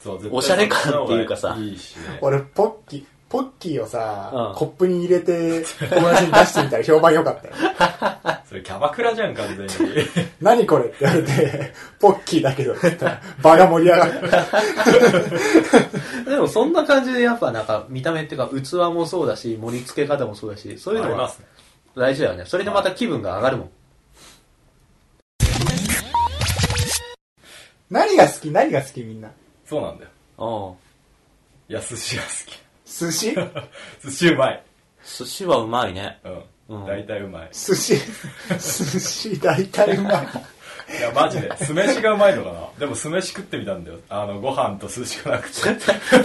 Speaker 3: そう絶対
Speaker 1: おしゃれ感っていうかさ
Speaker 3: いいしね
Speaker 2: 俺ポッキーポッキーをさ、
Speaker 1: うん
Speaker 2: コップに入れて友達に出してみたら評判良かったよ
Speaker 3: それキャバクラじゃん完全に
Speaker 2: 何これって言われ てポッキーだけどって言ったら場が盛り上がる
Speaker 1: でもそんな感じでやっぱなんか、見た目っていうか、器もそうだし、盛り付け方もそうだし、そういう
Speaker 3: あ
Speaker 1: の
Speaker 3: りま
Speaker 1: は
Speaker 3: すね
Speaker 1: 大事だよね。それでまた気分が上がるもん。
Speaker 2: 何が好き何が好きみんな
Speaker 3: そうなんだよ
Speaker 1: うん。
Speaker 3: いや寿司が好
Speaker 2: 寿司
Speaker 3: き寿司うまい
Speaker 1: 寿司はう まいね。
Speaker 3: う
Speaker 1: うん
Speaker 3: ん大体うまい
Speaker 2: 寿司寿司大体うまい
Speaker 3: いやマジで酢飯がうまいのかなでも酢飯食ってみたんだよあのご飯と酢しかな くて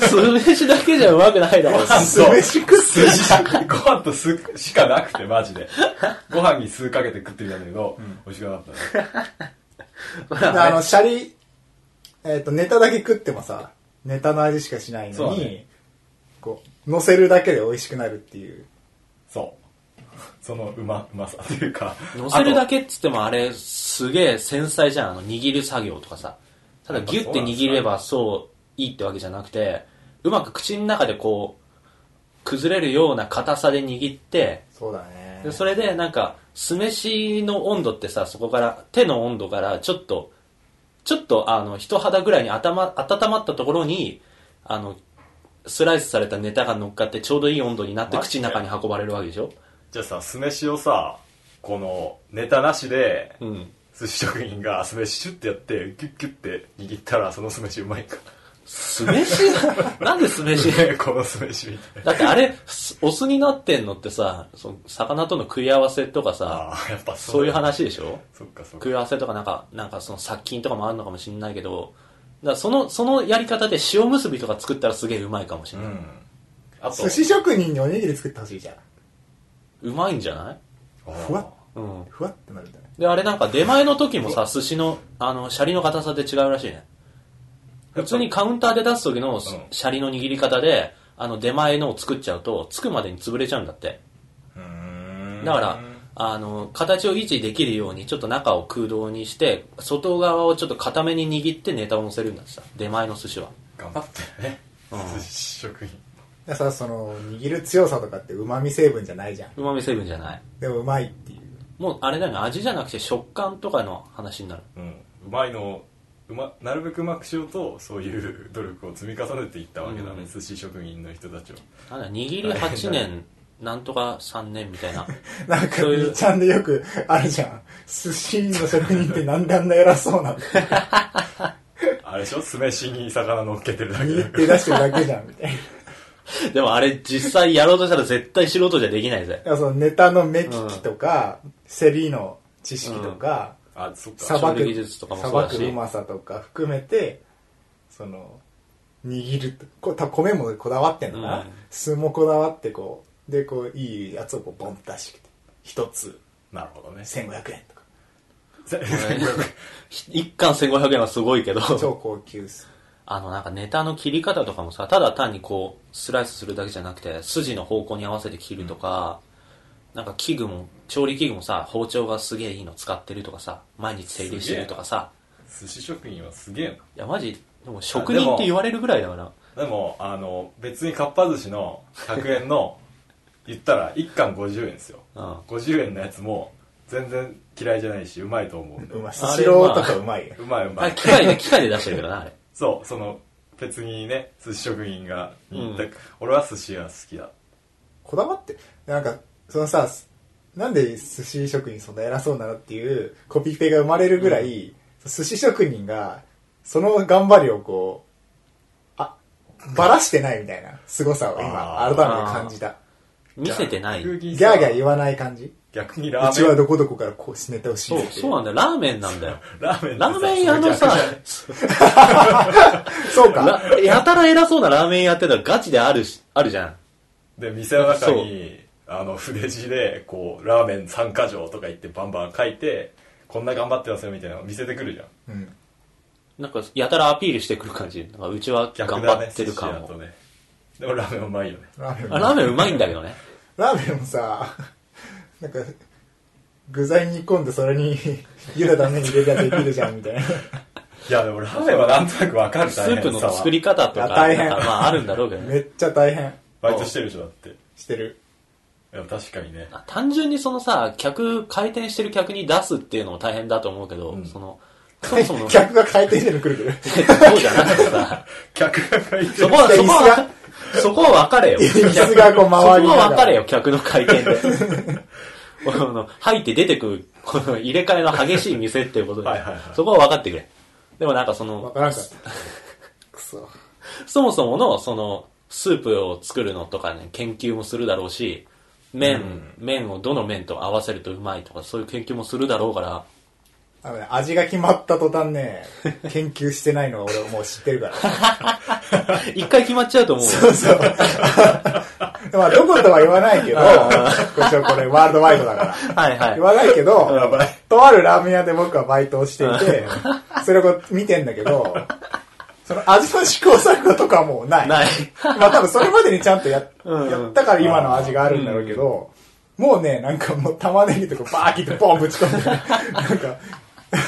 Speaker 1: 酢飯だけじゃうまくないだろ。
Speaker 2: 酢 飯食って
Speaker 3: 酢しご飯と酢しかなくてマジでご飯に酢かけて食ってみたんだけど、美味しくなかったね
Speaker 2: あの、シャリ、えっ、と、ネタだけ食ってもさ、ネタの味しかしない
Speaker 3: そ
Speaker 2: の
Speaker 3: う
Speaker 2: に、
Speaker 3: だね
Speaker 2: こう、乗せるだけで美味しくなるっていう。
Speaker 3: そうそのうまうまさというか
Speaker 1: 乗せるだ
Speaker 3: け
Speaker 1: けっつってもあれ、すげえ繊細じゃん。あの、握る作業とかさ。ただギュって握ればそういいってわけじゃなくて、うまく口の中でこう、崩れるような硬さで握って、
Speaker 2: そうだね
Speaker 1: でそれでなんか酢飯の温度ってさそこから手の温度からちょっとちょっとあの人肌ぐらいに頭温まったところにあのスライスされたネタが乗っかってちょうどいい温度になって
Speaker 3: マジ
Speaker 1: 口
Speaker 3: で
Speaker 1: の中に運ばれるわけでしょ
Speaker 3: じゃあさ酢飯をさこのネタなしで
Speaker 1: うん
Speaker 3: 寿司職人が酢飯シュッてやってキュッキュッて握ったらその酢飯うまいか
Speaker 1: 酢飯 なんで酢飯
Speaker 3: らこの酢飯みたいな
Speaker 1: だってあれすお酢になってんのってさその魚との食い合わせとかさ
Speaker 3: ああやっぱ
Speaker 1: そ
Speaker 3: そう
Speaker 1: いう
Speaker 3: だね
Speaker 1: 話でしょ
Speaker 3: そっかそっ
Speaker 1: 食
Speaker 3: か
Speaker 1: い合わせとかなんか、なんかその殺菌とかもあるのかもしれないけど、だからその、そのやり方で塩結びとか作ったらすげえうまいかもし
Speaker 3: う
Speaker 1: れない。
Speaker 3: んあと
Speaker 2: 寿司職人におにぎり作ってほしいじゃん。
Speaker 1: うまいんじゃない
Speaker 3: あー
Speaker 2: ふわっ、
Speaker 1: うん。
Speaker 2: ふわってなるんだね。
Speaker 1: で、あれなんか出前の時もさ、寿司の、あの、シャリの硬さで違うらしいね。普通にカウンターで出す時のシャリの握り方で、あの、出前のを作っちゃうと、つくまでに潰れちゃうんだって。
Speaker 3: うーん
Speaker 1: だから、あの、形を維持できるように、ちょっと中を空洞にして、外側をちょっと固めに握ってネタを乗せるんだってさ、出前の寿司は。
Speaker 3: 頑張ってね
Speaker 1: うん
Speaker 3: 寿司職人
Speaker 2: だからさ、その、握る強さとかって旨味成分じゃないじゃん。
Speaker 1: うまみ成分じゃない
Speaker 2: でもうまいっていう。
Speaker 1: もうあれだよね味じゃなくて食感とかの話になる
Speaker 3: うんうまいのをうまなるべくうまくしようとそういう努力を積み重ねていったわけだね、
Speaker 1: うん
Speaker 3: 寿司職人の人たちを
Speaker 1: なんだ握り8年なんとか3年みたいな
Speaker 2: なんか、
Speaker 1: そういう
Speaker 2: みっちゃんでよくあるじゃん。寿司の職人ってなんであんな偉そうなの
Speaker 3: あれでしょ酢飯に魚乗っけてるだけ
Speaker 2: 握っ
Speaker 3: だ
Speaker 2: て出してるだけじゃん、みたいな。
Speaker 1: でもあれ実際やろうとしたら絶対素人じゃできないぜ
Speaker 2: だからそのネタの目利きとか、競りの知識とか、
Speaker 3: あそっか
Speaker 2: さば
Speaker 1: 調理
Speaker 2: く
Speaker 1: 技術とかも
Speaker 2: さ
Speaker 1: そう
Speaker 2: ば
Speaker 1: だし
Speaker 2: くうまさとか含めてその握るこ多分米もこだわってんのかな、
Speaker 1: うん
Speaker 2: 酢もこだわってこうでこういいやつをこうボンと出してきて一つ
Speaker 3: なるほどね
Speaker 2: 1500円とか
Speaker 1: 一貫1500円はすごいけど
Speaker 2: 超高級酢
Speaker 1: あのなんかネタの切り方とかもさただ単にこうスライスするだけじゃなくて筋の方向に合わせて切るとか、なんか器具も調理器具もさ包丁がすげえいいの使ってるとかさ毎日整理してるとかさ
Speaker 3: 寿司職人はすげえ
Speaker 1: いやマジでも職人って言われるぐらいだから
Speaker 3: なでもあの別にかっぱ寿司の100円の言ったら1貫50円ですよ
Speaker 1: うん
Speaker 3: 50円のやつも全然嫌いじゃないしうまいと思うんだ
Speaker 2: う
Speaker 3: よ
Speaker 2: まいス
Speaker 1: あ
Speaker 2: シローとかうまいよ
Speaker 3: うまいうま
Speaker 1: あ
Speaker 3: い
Speaker 1: 機械 で、機械で出してるけどな、あれ。
Speaker 3: そう、その、別にね、寿司職人が、
Speaker 1: うん
Speaker 3: だ俺は寿司が好きだ。
Speaker 2: こだわってなんかそのさなんで寿司職人そんな偉そうなのっていうコピペが生まれるぐらい、寿司職人がその頑張りをこうあばらしてないみたいな凄さを今
Speaker 3: あ
Speaker 2: 改め
Speaker 3: ー
Speaker 2: て感じた
Speaker 1: 見せてない。
Speaker 3: 逆に
Speaker 2: ギ
Speaker 3: さ
Speaker 2: ャーギャー言わない感じう
Speaker 3: 逆にラ
Speaker 2: ちは
Speaker 3: ーメン、
Speaker 2: どこどこからこうネタを仕
Speaker 1: そう
Speaker 2: 入れ、て
Speaker 1: そうなんだよ。ラーメンなんだよ。
Speaker 3: ラーメン
Speaker 1: ラーメン屋の さ、
Speaker 2: そうか
Speaker 1: ラやたら偉そうなラーメン屋ってたらガチであるし、あるじゃん。
Speaker 3: で、店の中に、あの、筆字で、こう、ラーメン3か条とか言ってバンバン書いて、こんな頑張ってますよみたいなの見せてくるじゃん。
Speaker 2: うん
Speaker 1: なんか、やたらアピールしてくる感じ。なんか、うちは
Speaker 3: 逆
Speaker 1: 頑
Speaker 3: だ
Speaker 1: 張
Speaker 3: ね
Speaker 1: っ、て
Speaker 3: 寿
Speaker 1: る
Speaker 3: 司
Speaker 1: 感
Speaker 3: 屋
Speaker 1: も
Speaker 3: と。ね。でもラーメンうまいよね。
Speaker 2: ラーメン
Speaker 1: あ
Speaker 2: も
Speaker 1: ラーメンうまいんだけどね。
Speaker 2: ラーメンもさなんか具材煮込んでそれに 茹でた麺入れたらできるじゃんみたいない
Speaker 3: や、でもラーメンはなんとなくわかる
Speaker 1: スープの作り
Speaker 3: 方。
Speaker 1: 方とか、
Speaker 2: いや大
Speaker 1: な
Speaker 2: 変
Speaker 1: んかまああるんだろうけどね。
Speaker 2: めっちゃ大変
Speaker 3: バイトしてるでしょ、だって。い
Speaker 2: してる
Speaker 3: や、確かにね。
Speaker 1: 単純にそのさ、客、回転してる客に出すっていうのも大変だと思うけど、
Speaker 3: うん
Speaker 1: その、そもそ も、
Speaker 2: 客が回転してるの来るけ
Speaker 1: そうじゃなくてさ、
Speaker 3: 客が書いて
Speaker 1: そ
Speaker 3: る
Speaker 1: こ。は、
Speaker 2: 椅
Speaker 1: そ
Speaker 2: 子
Speaker 1: こは、そこは分かれよ。
Speaker 2: ど椅子がこう回り
Speaker 1: そこ
Speaker 2: な
Speaker 1: は
Speaker 2: が
Speaker 1: 分
Speaker 2: ら
Speaker 1: かれよ、客の回転で。 この、入って出てくる、この入れ替えの激しい店っていうことで
Speaker 3: はいはいはい、
Speaker 1: そこは分かってくれ。でもなんかそ
Speaker 2: わ
Speaker 1: の、
Speaker 2: からんかったくそ
Speaker 1: そもそもの、その、スープを作るのとかね、研究もするだろうし、麺、麺をどの麺と合わせるとうまいとか、そういう研究もするだろうから、
Speaker 2: あのね、味が決まった途端ね、研究してないのは俺はもう知ってる から。
Speaker 1: 一回決まっちゃうと思う。
Speaker 2: そうそう。まあ、どことは言わないけど、こっちはこれワールドワイドだから。
Speaker 1: はいはい
Speaker 2: 言。わないけど
Speaker 3: やばい、
Speaker 2: とあるラーメン屋で僕はバイトをしていて、それをこう見てんだけど、その味の試行錯誤とかはもうない。
Speaker 1: ない。
Speaker 2: まあ多分それまでにちゃんとや
Speaker 1: うんうん
Speaker 2: やったから今の味があるんだろうけど、もうね、なんかもう玉ねぎとかバーキってポンぶち込んで、なんか、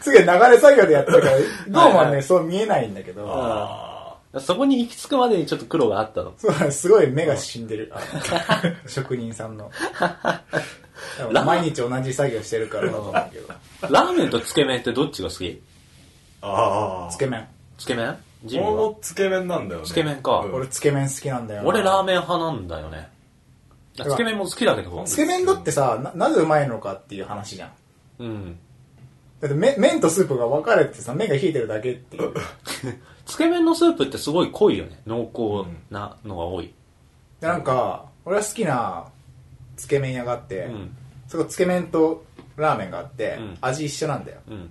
Speaker 2: すげえ流れ作業でやってるから、どうも
Speaker 1: はいは
Speaker 2: ね、そう見えないんだけど、
Speaker 3: あ
Speaker 1: そこに行き着くまでにちょっと苦労があったの。
Speaker 2: そうなんですすごい目が死んでる。職人さんの。多分毎日同じ作業してるからだと思うんだけど。
Speaker 1: ラーメンとつけ麺ってどっちが好き
Speaker 3: ーあ
Speaker 2: つ
Speaker 3: ー。
Speaker 2: け麺。
Speaker 1: つけ麺ジミー
Speaker 3: 俺
Speaker 1: は
Speaker 3: もつけ麺なんだよね。
Speaker 1: つけ麺か
Speaker 3: うん
Speaker 2: 俺つけ麺好きなんだよな。
Speaker 1: 俺ラーメン派なんだよね。あつけ麺も好きだけど。
Speaker 2: つけ麺だってさ、な、なぜうまいのかっていう話じゃん。
Speaker 1: うん。
Speaker 2: だって麺麺とスープが分かれてさ、麺が引いてるだけっていう。
Speaker 1: つけ麺のスープってすごい濃いよね。濃厚なのが多い。
Speaker 2: でなんか俺は好きなつけ麺屋があって、
Speaker 1: うん。
Speaker 2: そこつけ麺とラーメンがあって、
Speaker 1: うん
Speaker 2: 味一緒なんだよ
Speaker 1: うん。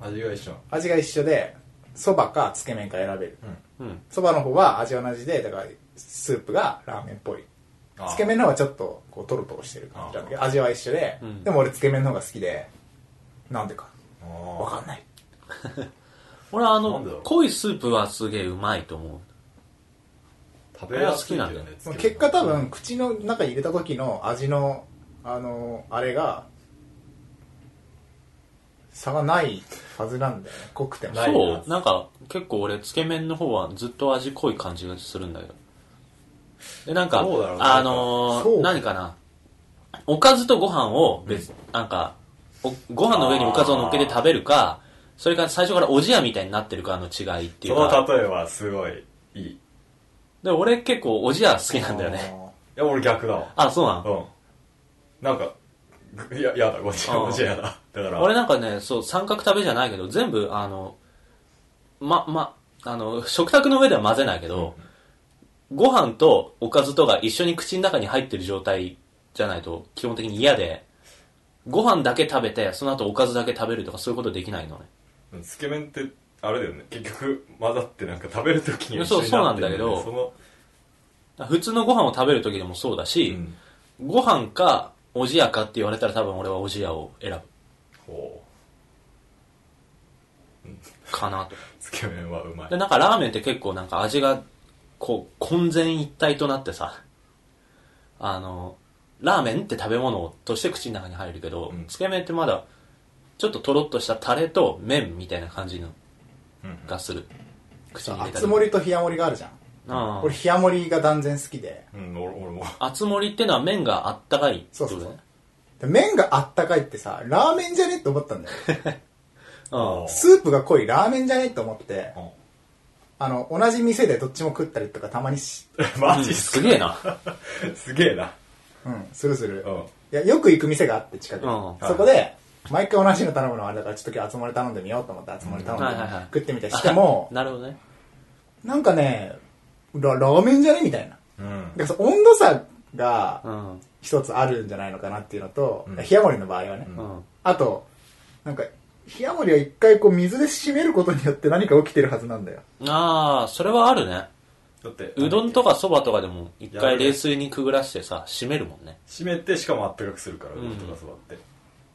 Speaker 3: 味が一緒。
Speaker 2: 味が一緒でそばかつけ麺か選べる
Speaker 1: うん。
Speaker 2: そばの方は味同じでだからスープがラーメンっぽい
Speaker 3: あー
Speaker 2: つけ麺の方はちょっとこうトロトロしてる感じなんだけど味は一緒で、
Speaker 1: うん
Speaker 2: でも俺つけ麺の方が好きでなんでか
Speaker 3: あ
Speaker 2: 分
Speaker 3: ー
Speaker 2: かんない
Speaker 1: 俺はあ
Speaker 3: なんだろ
Speaker 1: の
Speaker 3: う、
Speaker 1: 濃いスープはすげえうまいと思う。
Speaker 3: 食べやすいよね。つけ麺
Speaker 2: 結果多分口の中に入れた時の味のあのあれが差がないはずなんだよね濃くても
Speaker 3: ない
Speaker 1: そ
Speaker 3: な
Speaker 1: うなんか結構俺つけ麺の方はずっと味濃い感じがするんだけどでなんか
Speaker 3: どうだろうね
Speaker 1: あの
Speaker 2: そ
Speaker 1: ー、
Speaker 2: う
Speaker 1: 何かなおかずとご飯を別、なんかおご飯の上におかずを乗っけて食べるかそれから最初からおじやみたいになってるかの違いってい
Speaker 3: そう
Speaker 1: か
Speaker 3: の例えはすごいいい。い
Speaker 1: で俺結構おじや好きなんだよね
Speaker 3: や、俺逆だわ。
Speaker 1: あそうなの
Speaker 3: うん。なんか、ぐいや、やだ、ごちゃ
Speaker 1: あー
Speaker 3: ごちゃやだ。だから、
Speaker 1: 俺なんかねそう三角食べじゃないけど全部あのままあの食卓の上では混ぜないけど、ご飯とおかずとが一緒に口の中に入ってる状態じゃないと基本的に嫌でご飯だけ食べてその後おかずだけ食べるとかそういうことできないのね
Speaker 3: つけ麺って、あれだよね。結局、混ざってなんか食べるときに一緒
Speaker 1: そう
Speaker 3: に
Speaker 1: そうな
Speaker 3: なんって
Speaker 1: だ
Speaker 3: る
Speaker 1: け
Speaker 3: よね、
Speaker 1: ど普通のご飯を食べる時でもそうだ
Speaker 3: その、う
Speaker 1: し、
Speaker 3: ん。
Speaker 1: ご飯かおじやかって言われたら多分俺はおじやを選ぶ
Speaker 3: こ
Speaker 1: かなと
Speaker 3: う、つけ麺はうまい
Speaker 1: で。なんかラーメンって結構なんか味がこう混然一体となってさあのラーメンって食べ物として口の中に入るけど、
Speaker 3: うん
Speaker 1: つけ麺ってまだちょっととろっとしたタレと麺みたいな感じの
Speaker 3: うん
Speaker 1: がする口に入れた
Speaker 2: 熱盛りと冷や盛りがあるじゃん
Speaker 1: あ
Speaker 2: 俺冷や盛りが断然好きで
Speaker 3: うん、俺俺も。
Speaker 1: あ熱盛りってのは麺があったかいってこと
Speaker 2: そうそう
Speaker 1: ね
Speaker 2: で麺があったかいってさラーメンじゃねって思ったんだよ
Speaker 1: うん
Speaker 2: スープが濃いラーメンじゃねって思って
Speaker 3: うん
Speaker 2: あの同じ店でどっちも食ったりとかたまにし
Speaker 3: マ
Speaker 1: う
Speaker 3: ジ
Speaker 1: ん
Speaker 3: っす
Speaker 1: す
Speaker 3: か、
Speaker 1: げえな
Speaker 3: すげえな。
Speaker 2: うんするする、
Speaker 3: うん。
Speaker 2: いや、よく行く店があって、近くに。
Speaker 1: うん
Speaker 2: そこで、毎回同じの頼むのはあれだから、ちょっと今日集まり頼んでみようと思って、集まり頼んで、
Speaker 1: うんはいはいはい、
Speaker 2: 食ってみたりしても
Speaker 1: なるほどね
Speaker 2: なんかね、ララーメンじゃねみたいな。
Speaker 3: うん
Speaker 2: だからその温度差が
Speaker 1: うん
Speaker 2: 一つあるんじゃないのかなっていうのと、
Speaker 3: うん
Speaker 2: 冷や盛りの場合はね。
Speaker 1: うん
Speaker 2: あと、なんか、冷や盛りは一回こう水で締めることによって何か起きてるはずなんだよ。
Speaker 1: ああそれはあるね
Speaker 3: だって、
Speaker 1: うどんとかそばとかでも一回冷水にくぐらしてさ締めるもんね
Speaker 3: 閉めてしかもあったかくするからうどんとかそばって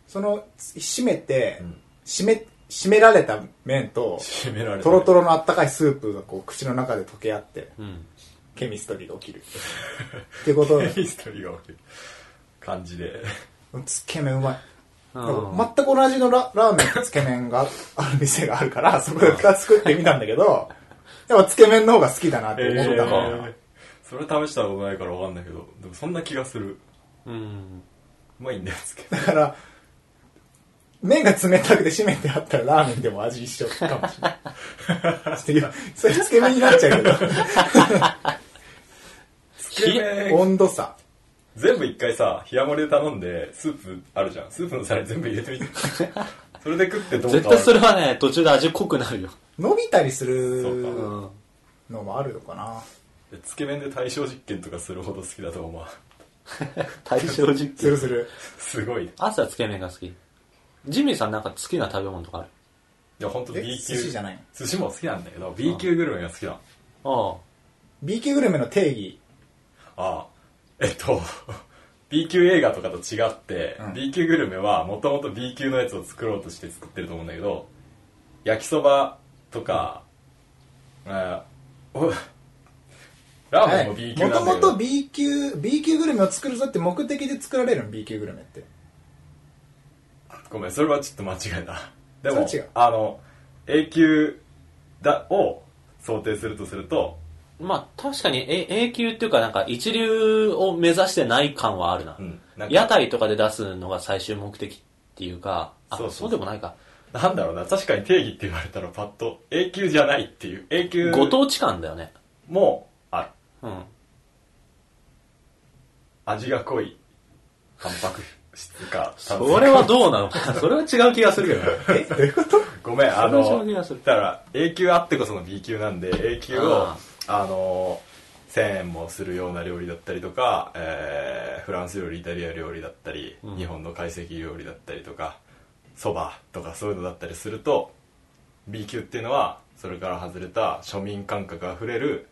Speaker 2: その、締めて、
Speaker 3: うん
Speaker 2: 締め、締められた麺と、
Speaker 3: 閉められて
Speaker 2: とろとろのあったかいスープがこう口の中で溶け合って、
Speaker 1: うん
Speaker 2: ケミストリーが起きる。ってこと
Speaker 3: ヘ
Speaker 2: で、
Speaker 3: ビーストリーが起きる感じで
Speaker 2: つけ麺うまい。
Speaker 1: うん
Speaker 2: なんか全く同じのララーメンとつけ麺がある店があるから、そこで2つ作ってみたんだけど、やっぱつけ麺の方が好きだなって思った
Speaker 3: え
Speaker 2: のよ、
Speaker 3: ーそれ試したことないからわかんないけどでもそんな気がする
Speaker 1: うん
Speaker 3: うまいんだよ つけ
Speaker 2: だから、麺が冷たくて締めてあったらラーメンでも味一緒かもしれない。ちょっと言うそれつけ麺になっちゃうけ
Speaker 3: つけ
Speaker 2: ど、
Speaker 3: 麺
Speaker 2: 温度差。
Speaker 3: 全部一回さ冷や盛りで頼んでスープあるじゃんスープの皿に全部入 れてみてそれで食ってどう
Speaker 1: 絶対それはね途中で味濃くな るよ
Speaker 2: 伸びたりす
Speaker 3: そう
Speaker 2: る
Speaker 3: か
Speaker 2: のもあるのかな。
Speaker 3: つけ麺で対象実験とかするほど好きだと思う
Speaker 1: 対象実
Speaker 2: するする。
Speaker 3: すごい
Speaker 1: 朝つけ麺が好きジミーさんなんか好きな食べ物とかある
Speaker 3: いや本当
Speaker 2: え
Speaker 3: B 級
Speaker 2: 寿司じゃない
Speaker 3: 寿司も好きなんだけど B 級グルメが好きなの
Speaker 1: あ
Speaker 2: B 級グルメの定義
Speaker 3: ああえっと B 級映画とかと違って、
Speaker 2: うん
Speaker 3: B 級グルメはもともと B 級のやつを作ろうとして作ってると思うんだけど焼きそばとか、えーおラーメンも B 級なんだけど、
Speaker 2: もともと B 級 B 級グルメを作るぞって目的で作られるの B 級グルメ って
Speaker 3: ごめんそれはちょっと間違えたでも
Speaker 2: それは違う
Speaker 3: あの A 級だを想定するとすると
Speaker 1: あまあ確かに A, A 級っていうかなんか一流を目指してない感はあるな,、
Speaker 3: うんなんか
Speaker 1: 屋台とかで出すのが最終目的っていうかあ
Speaker 3: そうそうそう
Speaker 1: でもないか
Speaker 3: なんだろうな確かに定義って言われたらパッと A 級じゃないっていう A 級
Speaker 1: ご当地感だよね
Speaker 3: もある
Speaker 1: うん
Speaker 3: 味が濃いタンパク質か
Speaker 1: そ
Speaker 3: 炭水化
Speaker 1: れはどうなのかな それは違う気がするけどね
Speaker 2: えどういうこと
Speaker 3: ごめんあ
Speaker 1: それは違う
Speaker 3: の
Speaker 1: 気
Speaker 3: だ
Speaker 1: がする
Speaker 3: から A 級あってこその B 級なんで A 級を
Speaker 1: あ
Speaker 3: あの1000円もするような料理だったりとか、えーフランス料理イタリア料理だったり、
Speaker 1: うん
Speaker 3: 日本の懐石料理だったりとかそばとかそういうのだったりすると B 級っていうのはそれから外れた庶民感覚あふれる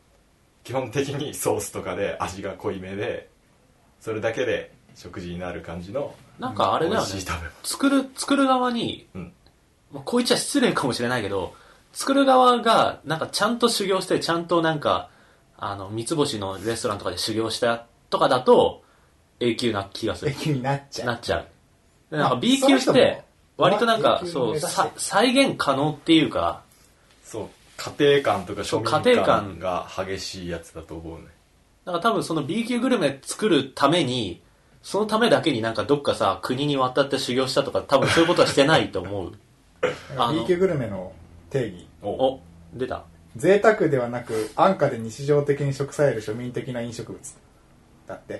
Speaker 3: 基本的にソースとかで味が濃いめでそれだけで食事になる感じの
Speaker 1: なんかあれだよね
Speaker 3: 美味しい食べ物
Speaker 1: 作る作る側に、
Speaker 3: うん
Speaker 1: まあ、こう言っちゃ失礼かもしれないけど作る側がなんかちゃんと修行してちゃんとなんかあの三つ星のレストランとかで修行したとかだと A 級な気がす
Speaker 2: A
Speaker 1: る
Speaker 2: 級になっちゃ
Speaker 1: なっ
Speaker 2: う
Speaker 1: ちゃうでなんか
Speaker 2: まあ
Speaker 1: B 級
Speaker 2: そ
Speaker 1: っ
Speaker 2: の人
Speaker 1: て
Speaker 2: も
Speaker 1: 割となんか
Speaker 2: A 級
Speaker 1: そう
Speaker 2: 目指して
Speaker 1: さ再現可能っていうか
Speaker 3: そう家庭感とか庶
Speaker 1: そう家
Speaker 3: 民
Speaker 1: 庭
Speaker 3: 感
Speaker 1: 感
Speaker 3: が激しいやつだと思うね
Speaker 1: だから多分その B 級グルメ作るためにそのためだけになんかどっかさ国に渡って修行したとか多分そういうことはしてないと 思うあの
Speaker 2: B 級グルメの定義
Speaker 3: お
Speaker 1: お出た
Speaker 2: 贅沢ではなく安価で日常的に食される庶民的な飲食物だって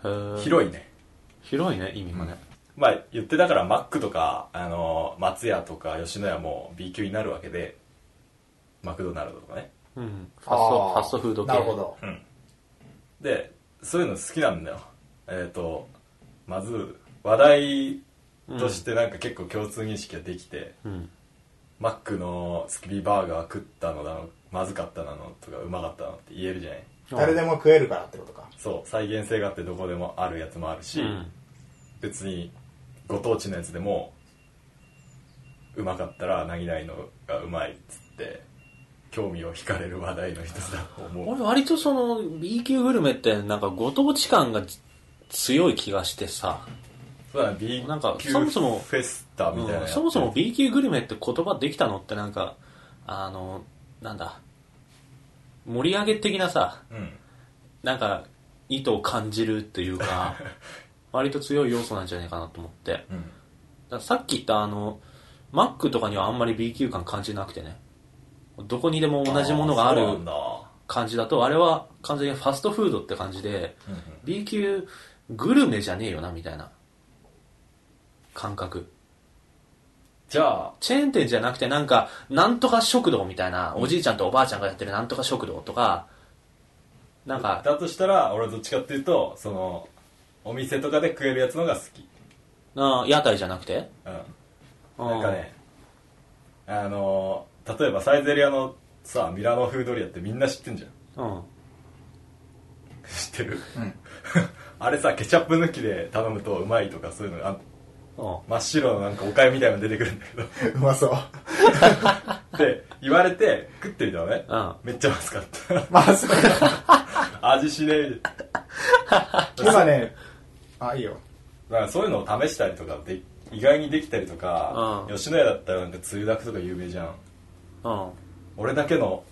Speaker 1: へー
Speaker 3: 広いね
Speaker 1: 広いね意味がね、
Speaker 3: まあ言ってだからマックとか、あの松屋とか吉野家も B 級になるわけでマクドナルドとかね
Speaker 1: うん、ファ
Speaker 2: フ
Speaker 1: ストファストフード系
Speaker 2: なるほど
Speaker 3: でそういうの好きなんだよえっ、とまず話題としてなんか結構共通認識ができて、
Speaker 1: うん、
Speaker 3: マックの月見バーガー食ったのだのまずかったなのとかうまかったのって言えるじゃない
Speaker 2: 誰でも食えるからってことか
Speaker 3: そう再現性があってどこでもあるやつもあるし、
Speaker 1: うん
Speaker 3: 別にご当地のやつでもうまかったら何々のがうまいっつって興味を惹かれる話題の一つだと思う
Speaker 1: 俺割とその B 級グルメってなんかご当地感が強い気がしてさ、
Speaker 3: そうだね B 級
Speaker 1: なんか
Speaker 3: フ
Speaker 1: そもそも
Speaker 3: ェスタみたいなやつ、
Speaker 1: そもそも B 級グルメって言葉できたのってなんかあのなんだ盛り上げ的なさ
Speaker 3: うん
Speaker 1: なんか意図を感じるっていう か割と強い要素なんじゃないかなと思ってだか
Speaker 3: うん
Speaker 1: らさっき言ったあのマックとかにはあんまり B 級感感じなくてねどこにでも同じものがある
Speaker 3: そうなんだ
Speaker 1: 感じだとあれは完全にファストフードって感じで、
Speaker 3: うんうん
Speaker 1: B 級グルメじゃねえよなみたいな感覚
Speaker 3: じゃあ
Speaker 1: チェーン店じゃなくてなんかなんとか食堂みたいな、おじいちゃんとおばあちゃんがやってるなんとか食堂とかなんか
Speaker 3: だとしたら俺はどっちかっていうとそのお店とかで食えるやつのが好き
Speaker 1: あー屋台じゃなくて
Speaker 3: うん
Speaker 1: な
Speaker 3: なんかね、あのー例えばサイゼリアのさ、ミラノ風ドリアってみんな知ってんじゃん。
Speaker 1: うん
Speaker 3: 知ってる、
Speaker 2: うん
Speaker 3: あれさ、ケチャップ抜きで頼むとうまいとかそういうのが、あ
Speaker 1: うん
Speaker 3: 真っ白のなんかおかゆみたいなの出てくるんだけど。
Speaker 2: うまそう
Speaker 3: って言われて食ってみたのね。
Speaker 1: うん
Speaker 3: めっちゃまずかっ
Speaker 2: ま あそうだ
Speaker 3: た。 味しねえみたいな。
Speaker 2: 今ねあいいよ
Speaker 3: だからそういうのを試したりとかで意外にできたりとか、
Speaker 1: うん
Speaker 3: 吉野家だったらなんかつゆだくとか有名じゃん。
Speaker 1: うん
Speaker 3: 俺だけの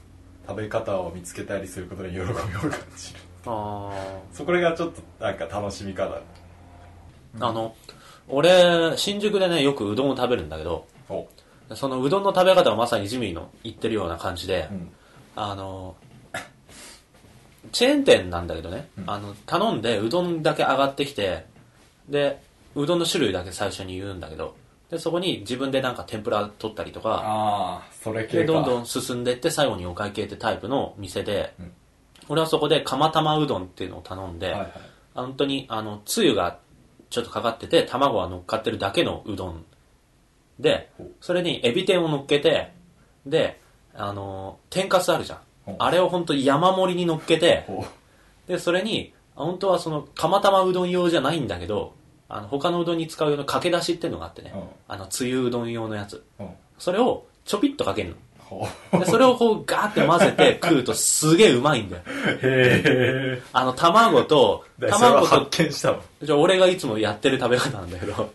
Speaker 3: 食べ方を見つけたりすることに喜びを感じる。
Speaker 1: あ
Speaker 3: そこがちょっとなんか楽しみ方
Speaker 1: ーあの俺新宿でねよくうどんを食べるんだけど
Speaker 3: お
Speaker 1: そのうどんの食べ方はまさにジミーの言ってるような感じで、
Speaker 3: ん
Speaker 1: あの、チェーン店なんだけどね、あの、頼んでうどんだけ上がってきて、で、うどんの種類だけ最初に言うんだけど、で、そこに自分でなんか天ぷら取ったりとか、
Speaker 3: ああそれ
Speaker 1: で、
Speaker 3: 系か
Speaker 1: どんどん進んでって最後にお会計ってタイプの店で、
Speaker 3: ん
Speaker 1: 俺はそこで釜玉うどんっていうのを頼んで、
Speaker 3: はいはい
Speaker 1: 本当にあのつゆがちょっとかかってて卵は乗っかってるだけのうどんで、それにエビ天を乗っけて、で、あのー天かすあるじゃん
Speaker 4: ほう。
Speaker 1: あれを本当山盛りに乗っけて、
Speaker 4: ほ
Speaker 1: で、それに、あ本当はその、釜玉うどん用じゃないんだけど、あの、他のうどんに使う用のかけだしっていうのがあってね、
Speaker 4: うん
Speaker 1: あの、つゆうどん用のやつ。
Speaker 4: うん
Speaker 1: それをちょぴっとかける
Speaker 4: ほ
Speaker 1: の。で、それをこうガーって混 ぜて食うとすげえうまいんだよ。
Speaker 4: うへえ
Speaker 1: あの、卵と、
Speaker 4: それは
Speaker 1: 卵と、
Speaker 4: 発見したの
Speaker 1: じゃあ俺がいつもやってる食べ方なんだ けど、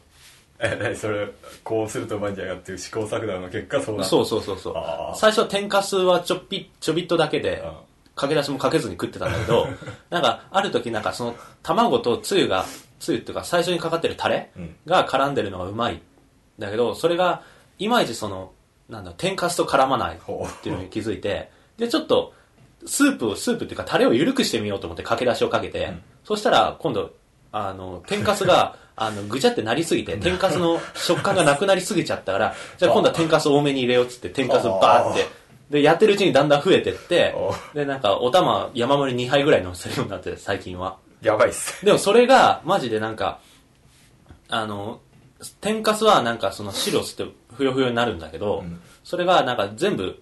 Speaker 4: え何それこうするとうまいんじゃないかっていう試行錯誤の結果そうな
Speaker 1: そううそうそうそう
Speaker 4: あー。
Speaker 1: 最初は天かすはちょっぴ、ちょびっとだけで
Speaker 4: うん、
Speaker 1: かけ出しもかけずに食ってたんだ けど、なんか、ある時なんかその、卵とつゆが、つゆっていうか最初にかかってるタレ
Speaker 4: うん
Speaker 1: が絡んでるのがうまいんだけど、それが、いまいちその、なんだ、天かすと絡まないっていうのに気づいて、で、ちょっと、スープを、スープっていうかタレを緩くしてみようと思ってかけ出しをかけて、そしたら今度、あの、天かすが、あの、ぐちゃってなりすぎて、天かすの食感がなくなりすぎちゃったから、じゃあ今度は天かす多めに入れようっつって、天かすバーって。で、やってるうちにだんだん増えてって
Speaker 4: お、
Speaker 1: で、なんか、お玉山盛り2杯ぐらい飲せるようになって、最近は。
Speaker 4: やばいっす
Speaker 1: でもそれが、マジでなんか、あの、天かすはなんかその白吸ってふよふよになるんだけど、それがなんか全部、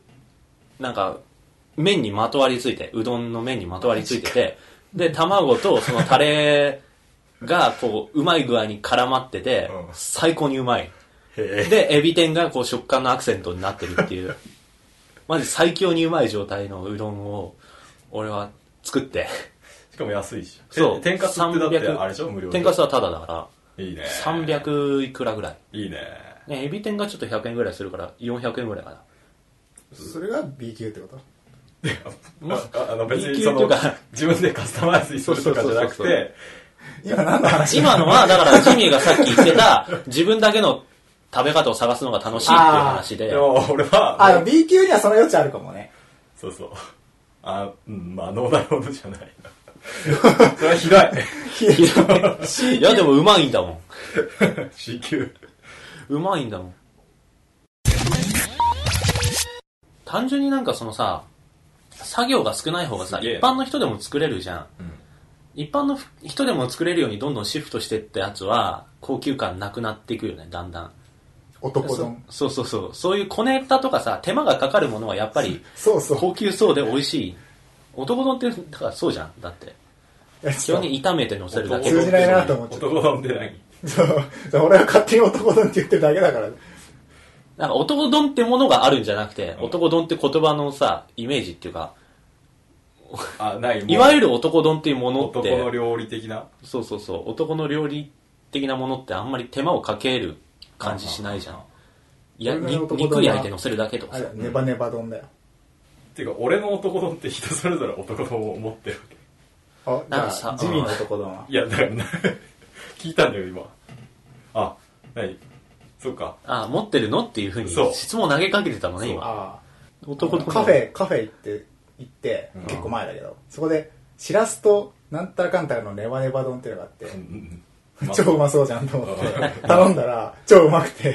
Speaker 1: なんか、麺にまとわりついて、うどんの麺にまとわりついてて、で、卵とそのタレが、こう、うまい具合に絡まってて、
Speaker 4: うん
Speaker 1: 最高にうまい。
Speaker 4: へ
Speaker 1: で、エビ天がこう食感のアクセントになってるっていう、 マジ最強にうまい状態のうどんを、俺は作って、
Speaker 4: えしかも安いし
Speaker 1: そう。
Speaker 4: え天かすってだって
Speaker 1: 300
Speaker 4: あれでしょ無料で
Speaker 1: 天かすはタダだから。
Speaker 4: いいね
Speaker 1: 300いくらぐらい。
Speaker 4: いいね
Speaker 1: ね、エビ天がちょっと100円ぐらいするから、400円ぐらいかな。
Speaker 2: それが B 級ってこと
Speaker 1: ま
Speaker 4: ああの別
Speaker 1: 一
Speaker 4: に
Speaker 1: 級
Speaker 4: その
Speaker 1: とか
Speaker 4: 自分でカスタマイズするとかじゃなく
Speaker 1: そうそうそうそう
Speaker 4: て
Speaker 2: 今何の話
Speaker 1: 今のは、だから、ジミーがさっき言ってた、自分だけの食べ方を探すのが楽しいっていう話で
Speaker 4: で、も俺は
Speaker 2: あ、B 級にはその余地あるかもね。
Speaker 4: そうそう。あ、うん、まあ、脳内ほどじゃ ない。それはひどい。
Speaker 1: いや、でもうまいんだもん。
Speaker 4: C 級。
Speaker 1: うまいんだもん。単純になんかそのさ、作業が少ない方がさ、
Speaker 4: すげえ
Speaker 1: 一般の人でも作れるじゃん。
Speaker 4: ん
Speaker 1: 一般の人でも作れるようにどんどんシフトしてってやつは、高級感なくなっていくよね、だんだん。
Speaker 2: 男丼。
Speaker 1: そうそうそう。そういう小ネタとかさ、手間がかかるものはやっぱり
Speaker 2: そうそう。
Speaker 1: 高級そうで美味しい。男丼って、だからそうじゃん。だって。
Speaker 2: いや
Speaker 1: 基本に炒めて乗せるだけ
Speaker 2: 通じないなと思っちゃっ
Speaker 4: 男丼って何
Speaker 2: た。そう。俺は勝手に男丼って言ってるだけだから。
Speaker 1: なんか男丼ってものがあるんじゃなくて、男丼って言葉のさ、イメージっていうか、
Speaker 4: あ、ない。
Speaker 1: いわゆ
Speaker 4: る
Speaker 1: る男丼っていうものっ
Speaker 4: 男の
Speaker 1: て、
Speaker 4: 料理的な。
Speaker 1: そうそうそう、男の料理的なものってあんまり手間をかける感じしないじゃん。いや、
Speaker 2: 俺の
Speaker 1: に
Speaker 2: 男丼は
Speaker 1: 肉焼いて乗せるだけとか
Speaker 2: あ
Speaker 1: さ
Speaker 2: れ。ネバネバ丼だよ。
Speaker 4: っていうか、俺の男丼って人それぞれ男丼を持ってるわけ。。
Speaker 2: あ、じ
Speaker 1: なん
Speaker 2: ゃ
Speaker 1: かさ
Speaker 2: あ、ジミーの男丼はい
Speaker 4: や、だからな、 聞いたんだよ、今。あ、何そっか。
Speaker 1: ああ、持ってるのっていうふうに
Speaker 4: そう
Speaker 1: 質問投げかけてたのね、今。
Speaker 2: ああ。
Speaker 1: 男丼。
Speaker 2: カフェ、カフェ行って、行って、結構前だけど、そこで、しらすと、なんたらかんたらのネバネバ丼っていうのがあって、
Speaker 4: うん
Speaker 2: 超うまそうじゃんと思って、頼んだら、超うま くて。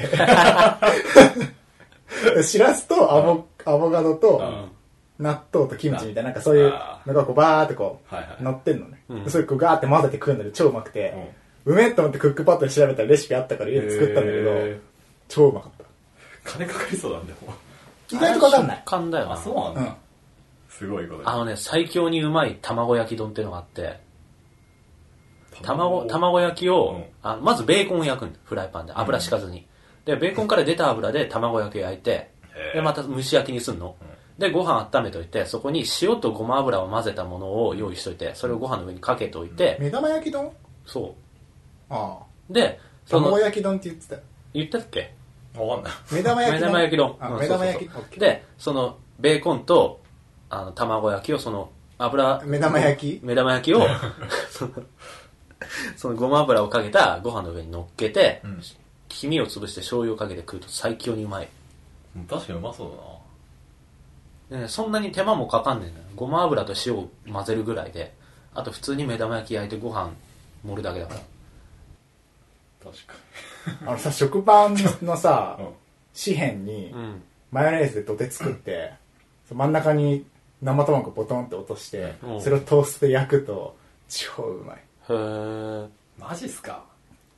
Speaker 2: しらすとアボアボカド
Speaker 4: うん。
Speaker 2: と
Speaker 4: あ
Speaker 2: 納豆とキムチみたいな、なんかそういう
Speaker 4: あ
Speaker 2: のがこうバーってこ
Speaker 4: はいは
Speaker 2: う、
Speaker 4: い
Speaker 2: 乗ってんのね
Speaker 1: う。ん
Speaker 2: それこうガーって混ぜて食うので超うまくて、うめえと思ってクックパッドで調べたらレシピあったから家で作ったんだけど
Speaker 4: へー、
Speaker 2: 超うまかった。
Speaker 4: 金かかりそうなんだよ、もう
Speaker 2: 意外とかかんない
Speaker 1: 食。感だよな。
Speaker 4: あ、そうなん
Speaker 2: うん
Speaker 4: だ。すごいこと
Speaker 1: あ
Speaker 4: だ。
Speaker 1: のね、最強にうまい卵焼き丼っていうのがあって、卵、卵焼きを、
Speaker 4: うん
Speaker 1: あまずベーコンを焼くんだフライパンで。油敷かずに。で、ベーコンから出た油で卵焼きを焼いて、
Speaker 4: へー
Speaker 1: で、また蒸し焼きにすんの。で、ご飯温めといて、そこに塩とごま油を混ぜたものを用意しといて、それをご飯の上にかけといて、
Speaker 2: 目玉焼き丼
Speaker 1: そ
Speaker 2: ああ。
Speaker 1: う。で、そ
Speaker 2: 卵
Speaker 1: の、
Speaker 2: 焼き丼って言ってたよ。
Speaker 1: 言ったっけ
Speaker 4: わかんない。
Speaker 2: 目玉焼
Speaker 1: 目
Speaker 2: き
Speaker 1: 玉焼き丼。
Speaker 2: あ
Speaker 1: うん
Speaker 2: 目玉焼き
Speaker 1: そうそう
Speaker 2: オッ
Speaker 1: そ
Speaker 2: ケ
Speaker 1: う
Speaker 2: ー
Speaker 1: で、その、ベーコンと、あの、卵焼きを、その、油、
Speaker 2: 目玉焼き
Speaker 1: 目玉焼きを、 そのそのごま油をかけたご飯の上に乗っけて、黄身を潰して醤油をかけて食うと最強にうまい。
Speaker 4: うん確かにうまそうだな。
Speaker 1: でねそんなに手間もかかんねえのよごま油と塩を混ぜるぐらいで、あと普通に目玉焼き焼いてご飯盛るだけだから。
Speaker 4: 確か
Speaker 2: あのさ、食パンのさ
Speaker 4: うん、
Speaker 2: 紙辺に
Speaker 1: う、ん。
Speaker 2: マヨネーズで土手作って、その真ん中に生卵ボトンって落として
Speaker 1: う、ん
Speaker 2: それをトーストで焼くと、超うまい。
Speaker 1: へー。
Speaker 4: に。マジっすか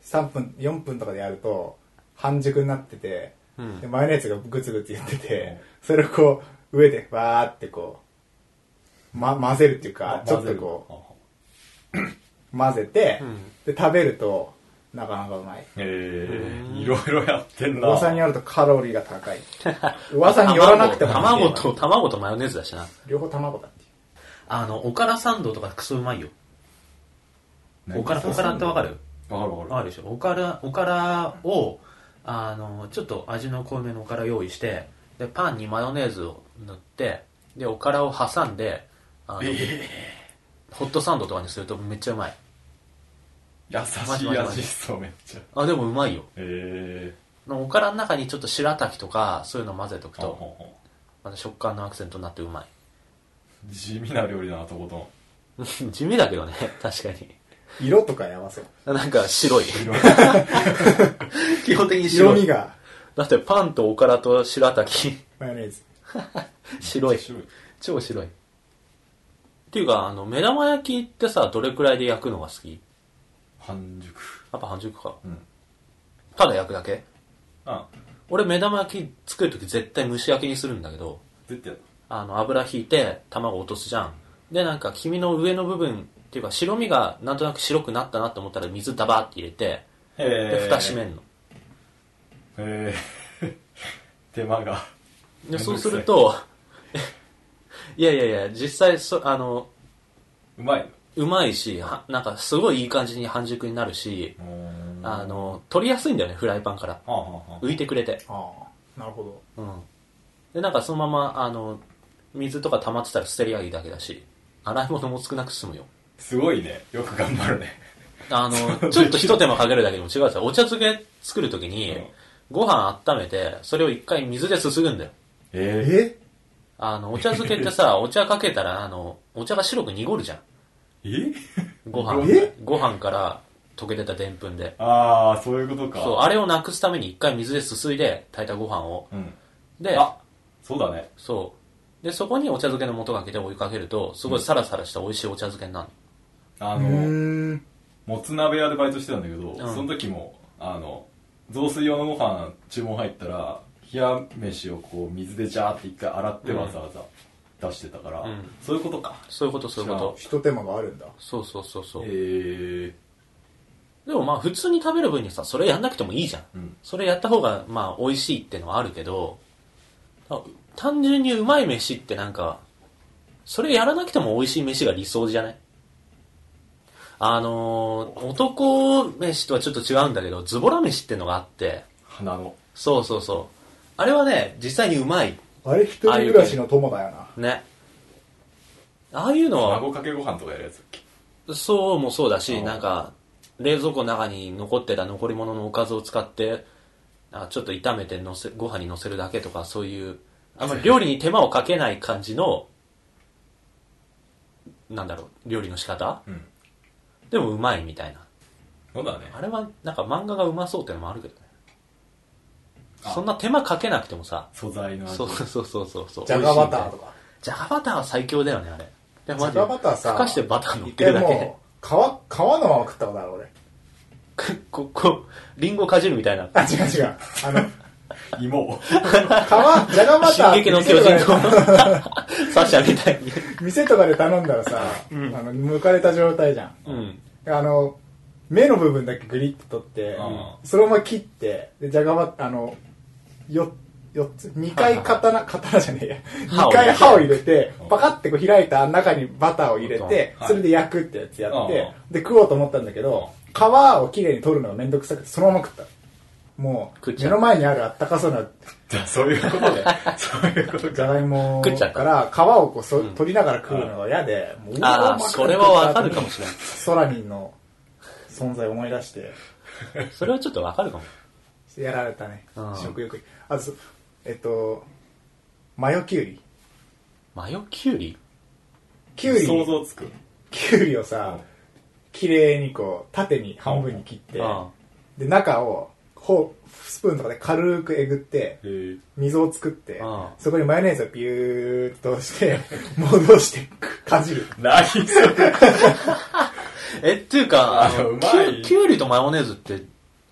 Speaker 2: 3分、4分とかでやると、半熟になってて、
Speaker 1: うん
Speaker 2: で、マヨネーズがグツグツ言ってて、それをこう、上でわーってこう、ま、混ぜるっていうか、ちょっとこう、混ぜて、で、食べると、なかなかうまい。
Speaker 3: えー、いろいろやってんな。
Speaker 2: 噂によるとカロリー が高い。噂によらなくても。
Speaker 1: 卵卵と、卵とマヨネーズだしな。
Speaker 2: 両方卵だっていう。
Speaker 1: あの、おからサンドとかクソうまいよ。おから、おからってわかる
Speaker 3: わかるわ
Speaker 1: わ
Speaker 3: か
Speaker 1: かるでしょおから、おからを、あの、ちょっと味の濃いめのおから用意して、で、パンにマヨネーズを塗って、で、おからを挟んで、あの、ホットサンドとかにするとめっちゃうまい。
Speaker 3: る。優しい味っすよ、めっちゃ。
Speaker 1: あ、でもうまいよ。
Speaker 3: え
Speaker 1: おからの中にちょっと白滝とか、そういうの混ぜとく
Speaker 3: ー、ほん
Speaker 1: と、
Speaker 3: ほんほん
Speaker 1: また食感のアクセントになってうまい。
Speaker 3: 地味な料理だな、とこと ん。
Speaker 1: 地味だけどね、確かに。
Speaker 2: 色とかに合わせる。
Speaker 1: なんか白い。 基本的に
Speaker 2: 色
Speaker 1: 白
Speaker 2: 味
Speaker 1: い。
Speaker 2: が
Speaker 1: だってパンとおからと白滝、
Speaker 2: マヨネーズ。
Speaker 1: 白い。
Speaker 3: 白い。
Speaker 1: 超白い。っていうか、あの、目玉焼きってさ、どれくらいで焼くのが好きや
Speaker 3: 半熟。
Speaker 1: っぱ半熟か。
Speaker 3: うん
Speaker 1: ただ焼くだけ
Speaker 3: あ、
Speaker 1: 俺目玉焼き作るとき絶対蒸し焼きにするんだけど、
Speaker 3: 絶対やっ
Speaker 1: あの、油引いて卵落とすじゃん。で、なんか黄身の上の部分っていうか白身がなんとなく白くなったなって思ったら水ダバーって入れて、
Speaker 3: た。え
Speaker 1: で、蓋閉めんの。
Speaker 3: えー、 手間が。
Speaker 1: で、そうすると、 いやいやいや、実際そ、あの、
Speaker 3: うまい。
Speaker 1: うまいし、はなんかすごいいい感じに半熟になるし、
Speaker 3: うーん。は
Speaker 1: あの、取りやすいんだよね、フライパンから。
Speaker 3: あ、はあはあ、
Speaker 1: 浮いてくれて。
Speaker 2: ああ、なるほど。
Speaker 1: うん。で、なんかそのまま、あの、水とか溜まってたら捨てりゃいいだけだし、洗い物も少なく済むよ。
Speaker 3: すごいね。よく頑張るね。
Speaker 1: あの、ちょっと一手間かけるだけでも違うさ、お茶漬け作るときに
Speaker 3: うん、
Speaker 1: ご飯温めて、それを一回水ですすぐんだよ。
Speaker 3: え
Speaker 2: え
Speaker 1: あの、お茶漬けってさ、お茶かけたら、あの、お茶が白く濁るじゃん。
Speaker 3: ええ
Speaker 1: ご飯
Speaker 2: え、
Speaker 1: ご飯から溶け出たでんぷんで。
Speaker 3: ああ、そういうことか。
Speaker 1: そう、あれをなくすために一回水ですすいで炊いたご飯を。
Speaker 3: うん。
Speaker 1: で、
Speaker 3: あ、そうだね。
Speaker 1: そう。で、そこにお茶漬けの素かけて追いかけると、すごいサラサラした美味しいお茶漬けになるの。
Speaker 3: あ
Speaker 2: う
Speaker 3: の、
Speaker 2: ーん。
Speaker 3: もつ鍋屋でバイトしてたんだけど、
Speaker 1: ん
Speaker 3: その時もあの雑炊用のご飯注文入ったら冷や飯をこう水でジャーって一回洗ってわざわざ出してたから、
Speaker 1: ん
Speaker 3: そういうことか
Speaker 1: そういうこと、そういうこと。
Speaker 2: 一手間があるんだ。
Speaker 1: そうそうそうそう。
Speaker 3: へえ
Speaker 1: でもまあ普通に食べる分にさ、それやんなくてもいいじゃん。
Speaker 3: うん
Speaker 1: それやった方がまあ美味しいってのはあるけど、あ単純にうまい飯ってなんか、それやらなくても美味しい飯が理想じゃないあのー、男飯とはちょっと違うんだけど、ズボラ飯ってのがあって、
Speaker 3: 花の
Speaker 1: そうそうそう。あれはね、実際にうまい。
Speaker 2: あれ、一人暮らしの友だよな。
Speaker 1: ね。ああいうのは、
Speaker 3: 卵かけご飯とかやるやつだっけ
Speaker 1: そうもそうだし、
Speaker 3: うん
Speaker 1: なんか、冷蔵庫の中に残ってた残り物のおかずを使って、あちょっと炒めてのせ、ご飯に乗せるだけとか、そういう、あんまり料理に手間をかけない感じの、なんだろう、料理の仕方、
Speaker 3: うん
Speaker 1: でもうまいみたいな。
Speaker 3: そうだね
Speaker 1: あれは、なんか漫画がうまそうってのもあるけどね。
Speaker 3: あ
Speaker 1: そんな手間かけなくてもさ、
Speaker 3: 素材の味
Speaker 1: そうそうそうそうそう。
Speaker 2: ジャガバターとか。
Speaker 1: ジャガバターは最強だよね、あれ。ジャ
Speaker 2: ジャガバターさ、
Speaker 1: ふかしてバター乗っ
Speaker 2: 一
Speaker 1: てる
Speaker 2: 回
Speaker 1: だけ
Speaker 2: も。う、皮、皮のまま食ったことある俺。
Speaker 1: ここ、リンゴかじるみたいな。
Speaker 2: あ、違う違う。あの、
Speaker 3: 芋を
Speaker 2: 皮、ジャガバター
Speaker 1: 進撃の巨人
Speaker 2: 店と
Speaker 1: の
Speaker 2: か
Speaker 1: サッシャみたいに。
Speaker 2: で店とかで頼んだらさ、あの、剥かれた状態じゃん。
Speaker 1: うん。
Speaker 2: あの、目の部分だけグリッと取って
Speaker 3: うん、
Speaker 2: そのまま切って、で、じゃがば、あの、よ、四つ、二回刀、刀じゃねえや。
Speaker 1: 刃を入れ
Speaker 2: 二
Speaker 1: て
Speaker 2: 回刃を入れて、パカってこう開いた中にバターを入れて
Speaker 3: は、い
Speaker 2: それで焼くってやつやって、
Speaker 3: う
Speaker 2: で、食おうと思ったんだけど、皮をきれいに取るのがめんどくさくて、そのまま食った。もう
Speaker 1: 食っ、ちゃ
Speaker 2: 目
Speaker 1: う
Speaker 2: の前にあるあったかそうな
Speaker 3: じゃあそういうこ とでそういうこと
Speaker 2: じ
Speaker 3: か
Speaker 2: ゃがいも
Speaker 1: 食っちゃった
Speaker 2: から皮をこうそ取りながら食うのが嫌で、もううわ
Speaker 1: ああ、
Speaker 2: また
Speaker 1: それはわかるかもしれない。
Speaker 2: ソラニンの存在を思い出して、
Speaker 1: それはちょっとわかるかも。
Speaker 2: やられたね
Speaker 1: うん。
Speaker 2: 食欲に。あと、そえっと、マヨキュウリ。
Speaker 1: マヨキュウリ
Speaker 2: キュウ
Speaker 3: 想
Speaker 2: リ、
Speaker 3: 像つく
Speaker 2: キュウリをさ、綺麗にこう、縦に半分に切って、
Speaker 1: あ
Speaker 2: で、中を、こう、スプーンとかで軽くえぐって、
Speaker 3: へえ
Speaker 2: 溝を作って
Speaker 1: うん、
Speaker 2: そこにマヨネーズをビューっとして、 戻して、かじる。
Speaker 3: 何それ
Speaker 1: え、っていうか、あ
Speaker 3: あ
Speaker 1: の
Speaker 3: う
Speaker 1: キ
Speaker 3: まい
Speaker 1: ュウキュウリとマヨネーズって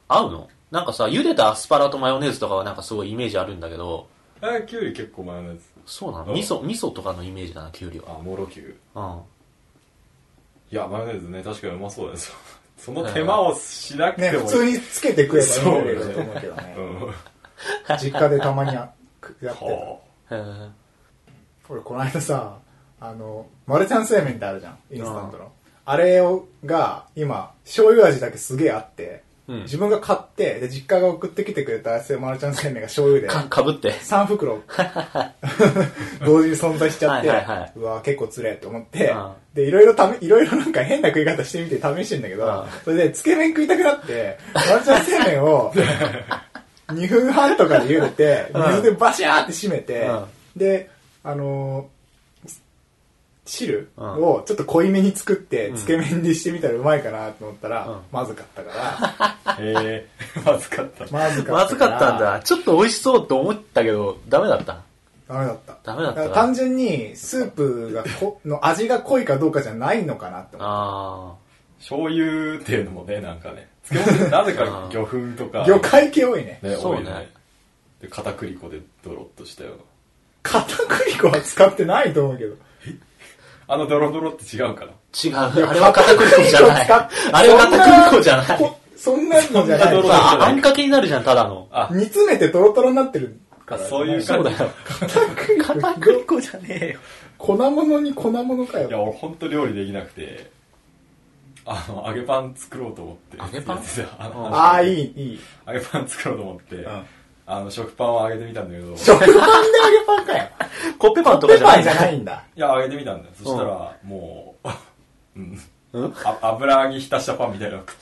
Speaker 1: 合うのなんかさ、茹でたアスパラとマヨネーズとかはなんかすごいイメージあるんだけど、
Speaker 3: あキュウリ結構マヨネーズ
Speaker 1: そうな
Speaker 3: う
Speaker 1: の
Speaker 3: ん
Speaker 1: 味噌、味噌とかのイメージだな、キュウリは。
Speaker 3: あモロキュウ
Speaker 1: うん。
Speaker 3: いやマヨネーズね確かにうまそうだねそその手間をしなく
Speaker 2: ね、
Speaker 3: て
Speaker 2: 普
Speaker 3: も
Speaker 2: 通につけて食えばいいんだ
Speaker 3: そう
Speaker 2: けどと思うけどね
Speaker 3: う。んは
Speaker 2: 実家でたまにやってた。
Speaker 3: あ
Speaker 1: へー
Speaker 2: 俺、この間さ、あの、マルちゃん製麺ってあるじゃん、インスタントの。あれを、が、今、醤油味だけすげえあって、
Speaker 1: うん
Speaker 2: 自分が買って、で、実家が送ってきてくれたマルちゃん製麺が醤油で、
Speaker 1: か、かぶって。
Speaker 2: 3袋 同時に存在しちゃって
Speaker 1: はいはいはいう
Speaker 2: わ結構つれえと思って、
Speaker 1: うん
Speaker 2: でいろいろためいろいろなんか変な食い方してみて試してんだけど、
Speaker 1: うん
Speaker 2: それでつけ麺食いたくなってワンちゃん製 麺を2分半とかで茹でて
Speaker 1: うん
Speaker 2: 水でバシャーって締めて、
Speaker 1: うん
Speaker 2: であのー汁をちょっと濃いめに作って、つけ麺にしてみたらうまいかなと思ったら、
Speaker 1: うん
Speaker 2: まずかったから、
Speaker 3: へえまずかった
Speaker 2: まずかったら
Speaker 1: まずかったんだ。ちょっと美味しそうと思ったけど、ダメだった。
Speaker 2: ダメだった。
Speaker 1: ダメだった
Speaker 2: から単純に、スープがこ、の味が濃いかどうかじゃないのかなって思う。
Speaker 1: あ
Speaker 3: 醤油っていうのもねなんかね漬物ってなぜか魚粉とか
Speaker 2: 魚介系多いね。
Speaker 3: ね
Speaker 1: そう
Speaker 3: 多
Speaker 1: ね
Speaker 3: いよねで片栗粉でドロッとしたような
Speaker 2: 片栗粉は使ってないと思うけど。
Speaker 3: あのドロドロって違うかな
Speaker 1: ー。違う。あれは片栗粉じゃない
Speaker 2: 片栗粉使っ。
Speaker 1: あれは片栗粉じゃない。
Speaker 2: こそんなのじゃない
Speaker 3: そん。な
Speaker 1: あ あんかけになるじゃん、ただの。
Speaker 3: あ
Speaker 2: 煮詰めてトロトロになってるから。
Speaker 3: そういう
Speaker 1: そう
Speaker 3: 感
Speaker 1: だ
Speaker 3: じ
Speaker 1: よ。
Speaker 2: 片
Speaker 1: 片
Speaker 2: 栗
Speaker 1: 栗
Speaker 2: 粉。
Speaker 1: 粉じゃねえよ。
Speaker 2: 粉物に粉物か
Speaker 3: いや
Speaker 2: よ。
Speaker 3: 俺本当料理できなくてあの揚げパン作ろうと思って
Speaker 1: 揚げパン
Speaker 3: やってたあの
Speaker 1: うん
Speaker 2: ああ、いい、いい。
Speaker 3: 揚げパン作ろうと思って、
Speaker 2: ん
Speaker 3: あの食パンを揚げてみたんだけどい
Speaker 2: 食パンで揚げパンかよ。
Speaker 1: コッペパンとか
Speaker 2: ペ
Speaker 1: じゃな
Speaker 2: パン
Speaker 1: い
Speaker 2: じゃないんだ。
Speaker 3: や揚げてみたんだよそしたらもう、うん、
Speaker 1: うん
Speaker 3: あ油揚げ浸したパンみたいなの食っ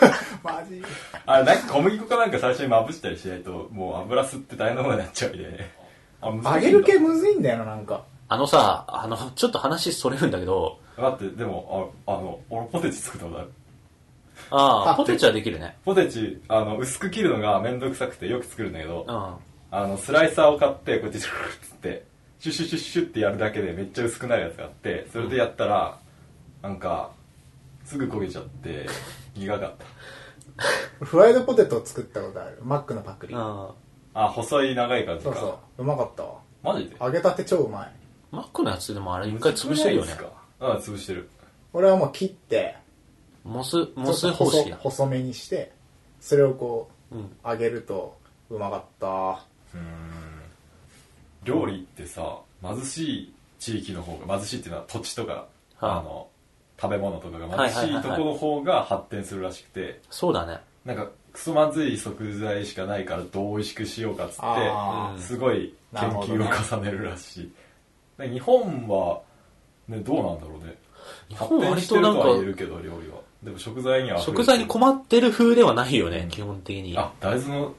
Speaker 3: た
Speaker 2: マジ。
Speaker 3: あれなんか小麦粉かなんか最初にまぶしたりしないともう油吸って大変なことになっちゃうみたいであ
Speaker 2: 揚
Speaker 3: 難し
Speaker 2: げ
Speaker 3: いんだ
Speaker 2: る系むずいんだよな、なんか。
Speaker 1: あのさ、あの、ちょっと話それるんだけど、
Speaker 3: だってでもああの俺ポテチ作ったことある
Speaker 1: ああ、
Speaker 2: あ
Speaker 1: ポテチはできるね。
Speaker 3: ポテチあの薄く切るのがめんどくさくてよく作るんだけど、
Speaker 1: うん。
Speaker 3: あのスライサーを買ってこうやってシュッつってシュッシュッシュッシュッってやるだけでめっちゃ薄くなるやつがあってそれでやったらなんかすぐ焦げちゃって苦かった
Speaker 2: フライドポテトを作ったことある。マックのパクリ。
Speaker 1: うん。マ
Speaker 3: あ細い長い感じ
Speaker 2: そ
Speaker 3: か
Speaker 2: うそう。うまかったわ。
Speaker 3: マジで
Speaker 2: 揚げたて超うまい。
Speaker 1: ックのやつでもあれ一回潰してるよね。
Speaker 3: あ潰してる
Speaker 2: 俺はもう切って、
Speaker 1: モス、モ
Speaker 2: ち
Speaker 1: ス
Speaker 2: ょっと
Speaker 1: 方式
Speaker 2: 細
Speaker 1: だ。
Speaker 2: 細めにして、それをこう、
Speaker 1: うん。
Speaker 2: 揚げると、うまかった。
Speaker 3: 料理ってさ貧しい地域の方が貧しいっていうのは土地とか、あの食べ物とかが貧しいところの方が発展するらしくて、
Speaker 1: そうだね。
Speaker 3: なんかクソまずい食材しかないからどう美味しくしようかっつって
Speaker 2: あ
Speaker 1: ー
Speaker 3: すごい研究を重ねるらしい、で日本は、ね、どうなんだろうね
Speaker 1: 日
Speaker 3: 発
Speaker 1: 本
Speaker 3: 展
Speaker 1: 割
Speaker 3: してる
Speaker 1: となん
Speaker 3: と
Speaker 1: か
Speaker 3: は、言えるけど料理はでも食材には
Speaker 1: 食材に困ってる風ではないよね、基本的に。
Speaker 3: あ大豆の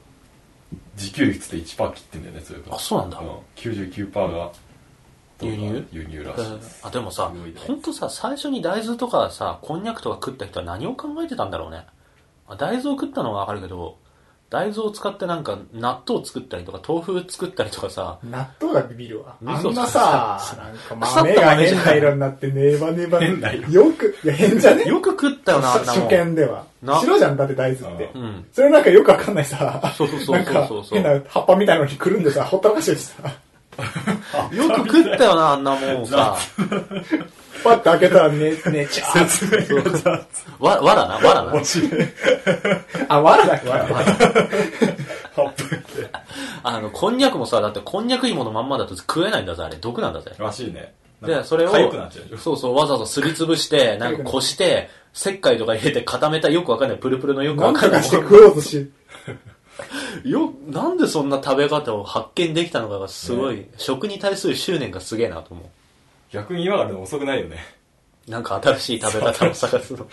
Speaker 3: 自給率って1パー切ってんだよねそれから
Speaker 1: あそうなんだ
Speaker 3: 99パーが
Speaker 1: 輸入
Speaker 3: 輸入ら
Speaker 1: え
Speaker 3: しいで
Speaker 1: ー
Speaker 3: す
Speaker 1: あでもさ
Speaker 3: すごいね
Speaker 1: 本当さ最初に大豆とかさこんにゃくとか食った人は何を考えてたんだろうねまあ大豆を食ったのはわかるけど大豆を使ってなんか納豆作ったりとか豆腐作ったりとかさ
Speaker 2: 納豆がビビるわ。
Speaker 1: 味噌
Speaker 2: あ
Speaker 1: 使
Speaker 2: ん
Speaker 1: う
Speaker 2: なさ、なんか
Speaker 1: 腐
Speaker 2: 豆
Speaker 1: った
Speaker 2: が
Speaker 1: 豆じゃ
Speaker 2: 変
Speaker 1: ん
Speaker 2: な色になってネバネバ。
Speaker 3: 変な色
Speaker 2: よく、いや変じゃね
Speaker 1: よく食ったよなあんなも
Speaker 2: 初
Speaker 1: ん
Speaker 2: 見では。
Speaker 1: な
Speaker 2: 白じゃん、だって大豆って
Speaker 3: う。
Speaker 1: うん
Speaker 2: それなんかよくわかんないさ
Speaker 1: そうそうそう、そう
Speaker 2: なんか
Speaker 1: そうそう
Speaker 2: 変な葉っぱみたいのにくるんでさ、ほったらかしといてさ、
Speaker 1: よく食ったよなあんなもんさ
Speaker 2: パッと開けたら寝、寝ちゃう。
Speaker 3: 説明が雑
Speaker 1: わわらなわらな
Speaker 3: 面白い
Speaker 2: あ、わらだっけ
Speaker 3: 8分切って
Speaker 1: あのこんにゃくもさだってこんにゃく芋のまんまだと食えないんだぜあれ毒なんだぜ
Speaker 3: らしいねなん
Speaker 1: で、
Speaker 3: か
Speaker 1: それを、
Speaker 3: 痒くなっちゃうでしょ
Speaker 1: そうそう、わざわざすりつぶ して、なんかこして、石灰とか入れて固めた、よくわかんない、プルプルのよく
Speaker 2: な
Speaker 1: わ
Speaker 2: ん
Speaker 1: か
Speaker 2: と
Speaker 1: んない
Speaker 2: かして食おうとし、
Speaker 1: よ、なんでそんな食べ方を発見できたのかがすごい、食に対する執念がすげえなと思
Speaker 3: 逆に今からでも遅く ないよね
Speaker 1: う。なんか新しい食べ方を探 すの。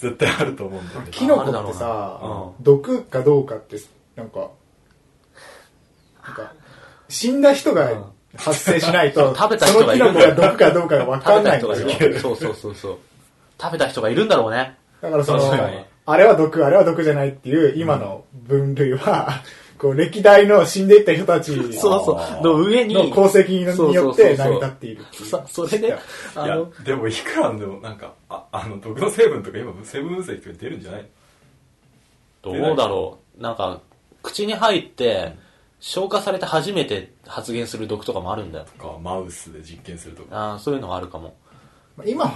Speaker 3: 絶対あると思うんだよね
Speaker 2: キノコって
Speaker 1: あるだろ
Speaker 2: さ
Speaker 1: うな、
Speaker 2: 毒かどうかって、なんか、なんか、死んだ人
Speaker 1: うん
Speaker 2: が発生しないと、
Speaker 1: 食べた人がいる
Speaker 2: そのキノコが毒かどうかがわ
Speaker 1: 食
Speaker 2: か
Speaker 1: べ
Speaker 2: んな
Speaker 1: た
Speaker 2: いん
Speaker 1: 人
Speaker 2: だ
Speaker 1: が
Speaker 2: よ。
Speaker 1: いる。そうそうそうそう。食べた人がいるんだろうね。
Speaker 2: だからその
Speaker 3: 確かに、
Speaker 2: あれは毒、あれは毒じゃないっていう今の分類は、 こう、歴代の死んでいった人たち
Speaker 1: そうそう。の上に、
Speaker 2: の功績によって成り立っているっていう
Speaker 1: さ、それで、あ
Speaker 3: いや
Speaker 1: の、
Speaker 3: でもいくらなんでもなんかああの毒の成分とか今成分分析とか出るんじゃない
Speaker 1: どうだろう。なんか、口に入って、消化されて初めて発言する毒とかもあるんだよ。
Speaker 5: かマウスで実験するとか
Speaker 1: あーそういうのがあるかも。
Speaker 2: まあ今は、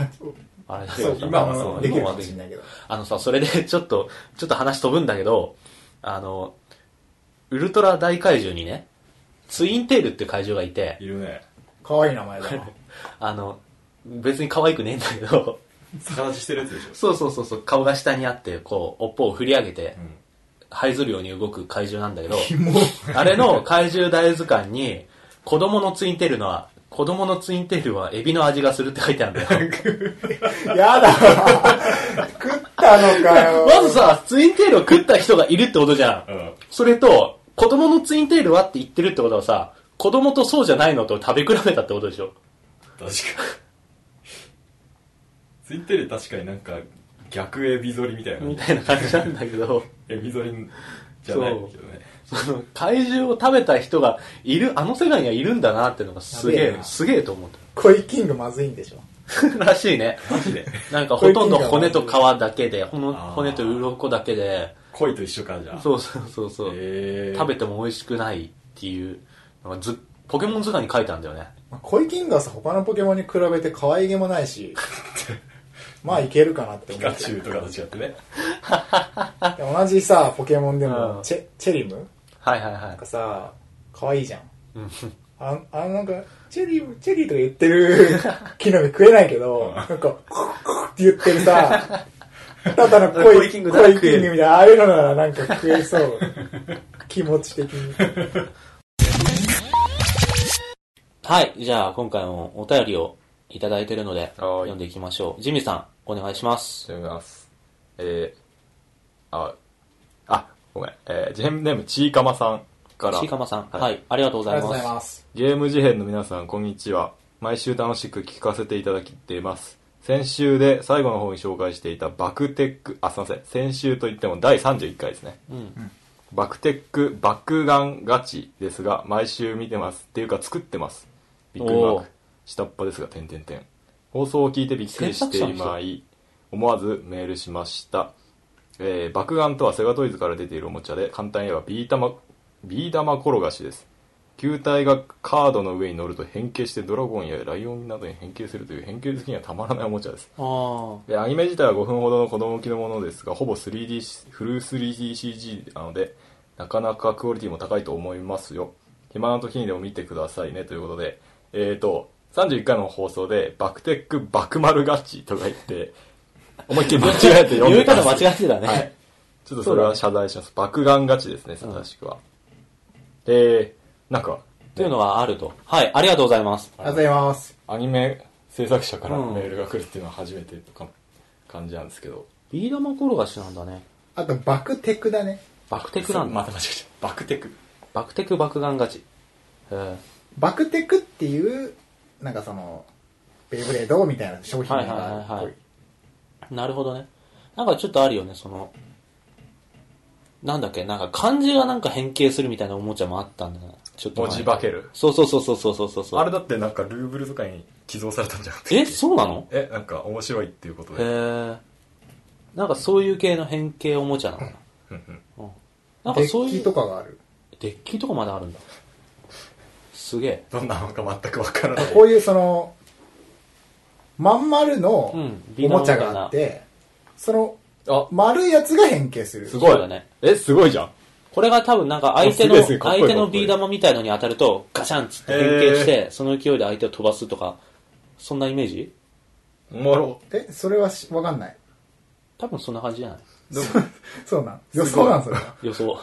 Speaker 1: あれだけ
Speaker 2: そ
Speaker 1: ど
Speaker 2: うか、
Speaker 5: 今はそう
Speaker 2: でき
Speaker 1: 今
Speaker 2: るか
Speaker 1: は
Speaker 2: も
Speaker 1: でき
Speaker 2: し
Speaker 1: る
Speaker 2: れないけど。
Speaker 1: あのさ、それで ちょっと、ちょっと話飛ぶんだけど、あの、ウルトラ大怪獣にね、ツインテールって怪獣がいて、
Speaker 5: いるね
Speaker 2: 可愛い名前だな。
Speaker 1: あの、別に可愛くねえんだけど、
Speaker 5: 逆立ちしてるやつでしょ
Speaker 1: そうそうそうそう、顔が下にあって、こう、尾っぽを振り上げて
Speaker 5: ん、
Speaker 1: 這いずるように動く怪獣なんだけど、
Speaker 2: も
Speaker 1: あれの怪獣大図鑑に、子供のツインテールのは、子供のツインテールはエビの味がするって書いてあるんだよ。
Speaker 2: う、やだ。食ったのかよ。
Speaker 1: まずさ、ツインテールを食った人がいるってことじゃん。
Speaker 5: うん
Speaker 1: それと、子供のツインテールはって言ってるってことはさ、子供とそうじゃないのと食べ比べたってことでしょ。
Speaker 5: 確かにツイッターで確かになんか逆エビ反りみたいな
Speaker 1: みたいな感じなんだけど、
Speaker 5: エビ反りじゃないけどね
Speaker 1: その怪獣を食べた人がいる、あの世界にはいるんだなってのがすげ
Speaker 2: やべ
Speaker 1: え
Speaker 2: え、な
Speaker 1: すげえと思っ
Speaker 2: コイキングまずいんでしょ。
Speaker 1: た。 らしいね。
Speaker 5: マジで
Speaker 1: なんかほとんど骨と皮だけで、ほの
Speaker 5: あー
Speaker 1: 骨と鱗だけで、
Speaker 5: 恋と一緒かじゃあ
Speaker 1: そうそうそうそう。
Speaker 5: えー、
Speaker 1: 食べても美味しくないっていうのがずポケモン図鑑に書いてあるんだよね
Speaker 2: まあコイキングはさ、他のポケモンに比べて可愛げもないし、まあいけるかなって
Speaker 5: ピ
Speaker 2: 思
Speaker 5: カ
Speaker 2: って
Speaker 5: チュウとかと違ってね
Speaker 2: 同じさ、ポケモンで
Speaker 1: うん
Speaker 2: も、チェ、チェリムな
Speaker 1: はいはいは
Speaker 2: んかさ、可愛いじゃん。
Speaker 1: うん
Speaker 2: ああのなんか、チェリー、チェリーとか言っ てる木の実食えないけど、なんか、クックッって言ってる さ、ただのコイ
Speaker 1: コイキングなら
Speaker 2: コイ
Speaker 1: 食え
Speaker 2: キ
Speaker 1: る
Speaker 2: ングみたいな、ああいうのならなんか食え そう。気持ち的に。
Speaker 1: はいじゃあ今回もお便りをいただいてるので
Speaker 3: はーい
Speaker 1: 読んでいきましょうジミさんお願いします
Speaker 3: すみます。えー、あ、あ、ごめん。えー、事変ネーム、ちいかまさんから。
Speaker 1: ちいかまさんは、
Speaker 3: はいい
Speaker 1: ありがとうござ
Speaker 2: あり
Speaker 1: い
Speaker 2: がとうご
Speaker 1: ま
Speaker 2: ざい
Speaker 1: す
Speaker 2: ます。
Speaker 3: ゲーム事変の皆さん、こんにちは。毎週楽しく聞かせていただきています。先週で最後の方に紹介していたバクテック、あ、すいません。先週といっても第31回ですね。
Speaker 1: うん
Speaker 3: バクテック、バックガンガチですが、毎週見てます。っていうか作ってます。ビッグマ
Speaker 1: お
Speaker 3: ー
Speaker 1: ー
Speaker 3: ク。下っ端ですが、点点点。放送を聞いてびっくりし
Speaker 1: 制
Speaker 3: て
Speaker 1: 作
Speaker 3: し
Speaker 1: 者の
Speaker 3: まい、思わずメールしました。えー、爆眼とはセガトイズから出ているおもちゃで、簡単に言えばビー玉、ビー玉転がしです。球体がカードの上に乗ると変形してドラゴンやライオンなどに変形するという変形好きにはたまらないおもちゃです。
Speaker 1: あー
Speaker 3: でアニメ自体は5分ほどの子供向きのものですがほぼ 3D フル 3DCG なのでなかなかクオリティも高いと思いますよ暇な時にでも見てくださいねということでえーと31回の放送でバクテックバクマルガチとか言って思いっきり間違えて読ん
Speaker 1: 読
Speaker 3: で
Speaker 1: み
Speaker 3: た
Speaker 1: 方
Speaker 3: んです
Speaker 1: 間違ってたね、
Speaker 3: はいちょっとそれは謝罪します爆眼ガチですね
Speaker 1: うん
Speaker 3: 正しくは、えーなんか
Speaker 1: というのはあるとはいありがとうございます
Speaker 2: ありがとうございます。
Speaker 3: アニメ制作者から
Speaker 1: うん
Speaker 3: メールが来るっていうのは初めてかも感じなんですけど
Speaker 1: ビー玉転がしなんだね
Speaker 2: あと、バクテクだね。
Speaker 1: バクテクなん
Speaker 3: ま
Speaker 1: だ
Speaker 3: た間違えちゃったバクテク
Speaker 1: バクテク爆眼勝ちへー
Speaker 2: バクテクっていう、なんかその、ベイブレードみたいな商品
Speaker 1: は
Speaker 2: が
Speaker 1: いはいはい
Speaker 2: あ
Speaker 1: は
Speaker 2: る
Speaker 1: いなるほどね。なんかちょっとあるよね、その、なんだっけ、なんか漢字がなんか変形するみたいなおもちゃもあったんだよな。ちょっと前
Speaker 3: 文字化ける
Speaker 1: そうそうそうそうそうそうそう。
Speaker 3: あれだってなんかルーブルとかに寄贈されたんじゃなくて
Speaker 1: え、そうなの
Speaker 3: えなんか面白いっていうこと
Speaker 1: へ
Speaker 3: で
Speaker 1: え。なんかそういう系の変形おもちゃなのかな。うんなんか
Speaker 2: デ
Speaker 1: そう
Speaker 2: ッ
Speaker 1: い
Speaker 2: キ
Speaker 1: う、
Speaker 2: とかがある。
Speaker 1: デッキとかまであるんだ。すげえ。
Speaker 3: どんなのか全くわからない
Speaker 2: こういうその、まん丸のお
Speaker 1: うん
Speaker 2: もちゃがあって、その、
Speaker 3: あ
Speaker 2: 丸いやつが変形する。
Speaker 3: すご
Speaker 1: そうだ
Speaker 3: い、
Speaker 1: ね
Speaker 3: えすごいじゃん
Speaker 1: これが多分なんか相手の、
Speaker 3: あすげえすげえかっこいい
Speaker 1: 相手のビー玉みたいのに当たるとガシャンっつって変形して、その勢いで相手を飛ばすとか、そんなイメージ
Speaker 3: おもろ
Speaker 2: え、それはしわかんない。
Speaker 1: 多分そんな感じじゃない
Speaker 2: そうなん。予想なん、それは。
Speaker 1: 予想。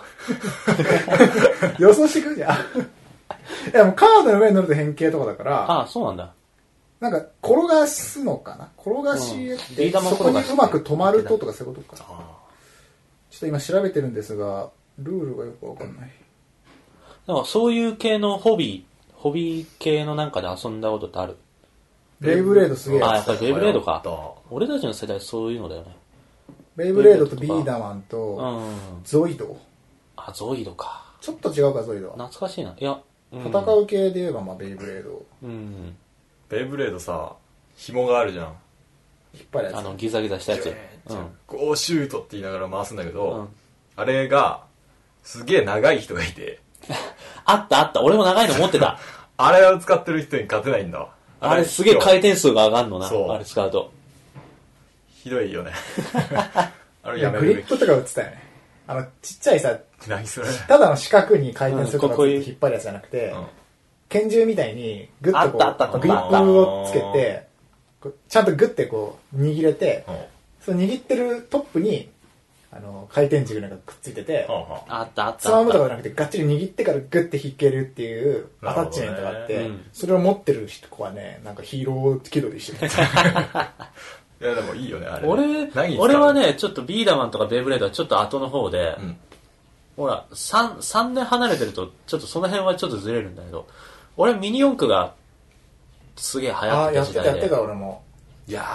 Speaker 2: 予想してくるじゃん。いや、もうカードの上に乗ると変形とかだから、
Speaker 1: ああ、そうなんだ。
Speaker 2: なんか、転がすのかな転がし
Speaker 1: うんビ
Speaker 2: で、
Speaker 1: ー玉
Speaker 2: そこ
Speaker 1: 転
Speaker 2: に
Speaker 1: がし
Speaker 2: うまく止まるととかそういうことか。
Speaker 5: あ
Speaker 2: ちょっと今調べてるんですが、ルールがよくわかんない。
Speaker 1: なんかそういう系のホビー、ホビー系のなんかで遊んだことってある。
Speaker 2: ベイブレードすげえ
Speaker 1: ああ、やっぱりベイブレード
Speaker 5: や
Speaker 1: か
Speaker 5: った。
Speaker 1: 俺たちの世代そういうのだよね。
Speaker 2: ベイブレードとビーダマン
Speaker 1: う
Speaker 2: と、
Speaker 1: ん。
Speaker 2: ゾイド。
Speaker 1: あ、ゾイドか。
Speaker 2: ちょっと違うか、ゾイドは。
Speaker 1: 懐かしいな。いや、うん、
Speaker 2: 戦。う系で言えば、まあ、ベイブレード。
Speaker 1: うん。
Speaker 5: ベイブレードさ紐があるじゃん
Speaker 2: 引っ張るや
Speaker 1: あ
Speaker 2: つ。
Speaker 1: の、ギザギザしたやつ。うん。
Speaker 5: こうシュートって言いながら回すんだけど、
Speaker 1: うん
Speaker 5: あれが
Speaker 3: すげえ長い人がいて、
Speaker 1: あったあった。俺も長いの持ってた。
Speaker 3: あれを使ってる人に勝てないんだわ。
Speaker 1: あれすげえ回転数が上がんのな。
Speaker 3: そう
Speaker 1: あれ使うと。
Speaker 3: ひど いよね。あれ
Speaker 2: い
Speaker 3: や
Speaker 2: や
Speaker 3: め
Speaker 2: グ
Speaker 3: る
Speaker 2: リ
Speaker 3: べ
Speaker 2: ッ
Speaker 3: き
Speaker 2: プ。とか打ってたよねあのちっちゃいさ
Speaker 3: 何それ。
Speaker 2: ただの四角に回転すると
Speaker 1: うん
Speaker 2: か
Speaker 1: ここいい
Speaker 2: 引っ張るやつじゃなくて、
Speaker 3: うん
Speaker 2: 拳銃みたいにグッとこう
Speaker 1: あったあったあった
Speaker 2: グリップをつけてこうちゃんとグッてこう握れて、
Speaker 3: うん。
Speaker 2: その握ってるトップにあの回転軸なんかくっついてて、
Speaker 3: はんは
Speaker 1: あ
Speaker 3: ん
Speaker 1: ったあっ
Speaker 2: その
Speaker 1: たあ
Speaker 2: ままとか
Speaker 1: っ
Speaker 2: じゃなくてがっちり握ってからグッて引けるっていうアタッチメントがあって、
Speaker 3: な
Speaker 1: るほどねうん
Speaker 2: それを持ってる人はねなんかヒーロー気取りしてる
Speaker 3: いや、でもいいよね、あ
Speaker 1: た。
Speaker 3: れね。
Speaker 1: 俺
Speaker 3: 何に使、う
Speaker 1: 俺は、ね、ちょっとビーダマンとかベイブレードはちょっと後の方で、
Speaker 3: うん。
Speaker 1: ほら、3、三年離れてると、ちょっとその辺はちょっとずれるんだけど、俺ミニ四駆が、すげえ流行
Speaker 2: あ
Speaker 1: って
Speaker 2: あ
Speaker 1: た
Speaker 2: やっ
Speaker 1: 時
Speaker 2: てたや
Speaker 1: 代
Speaker 2: って
Speaker 1: で
Speaker 2: た。俺も
Speaker 3: いや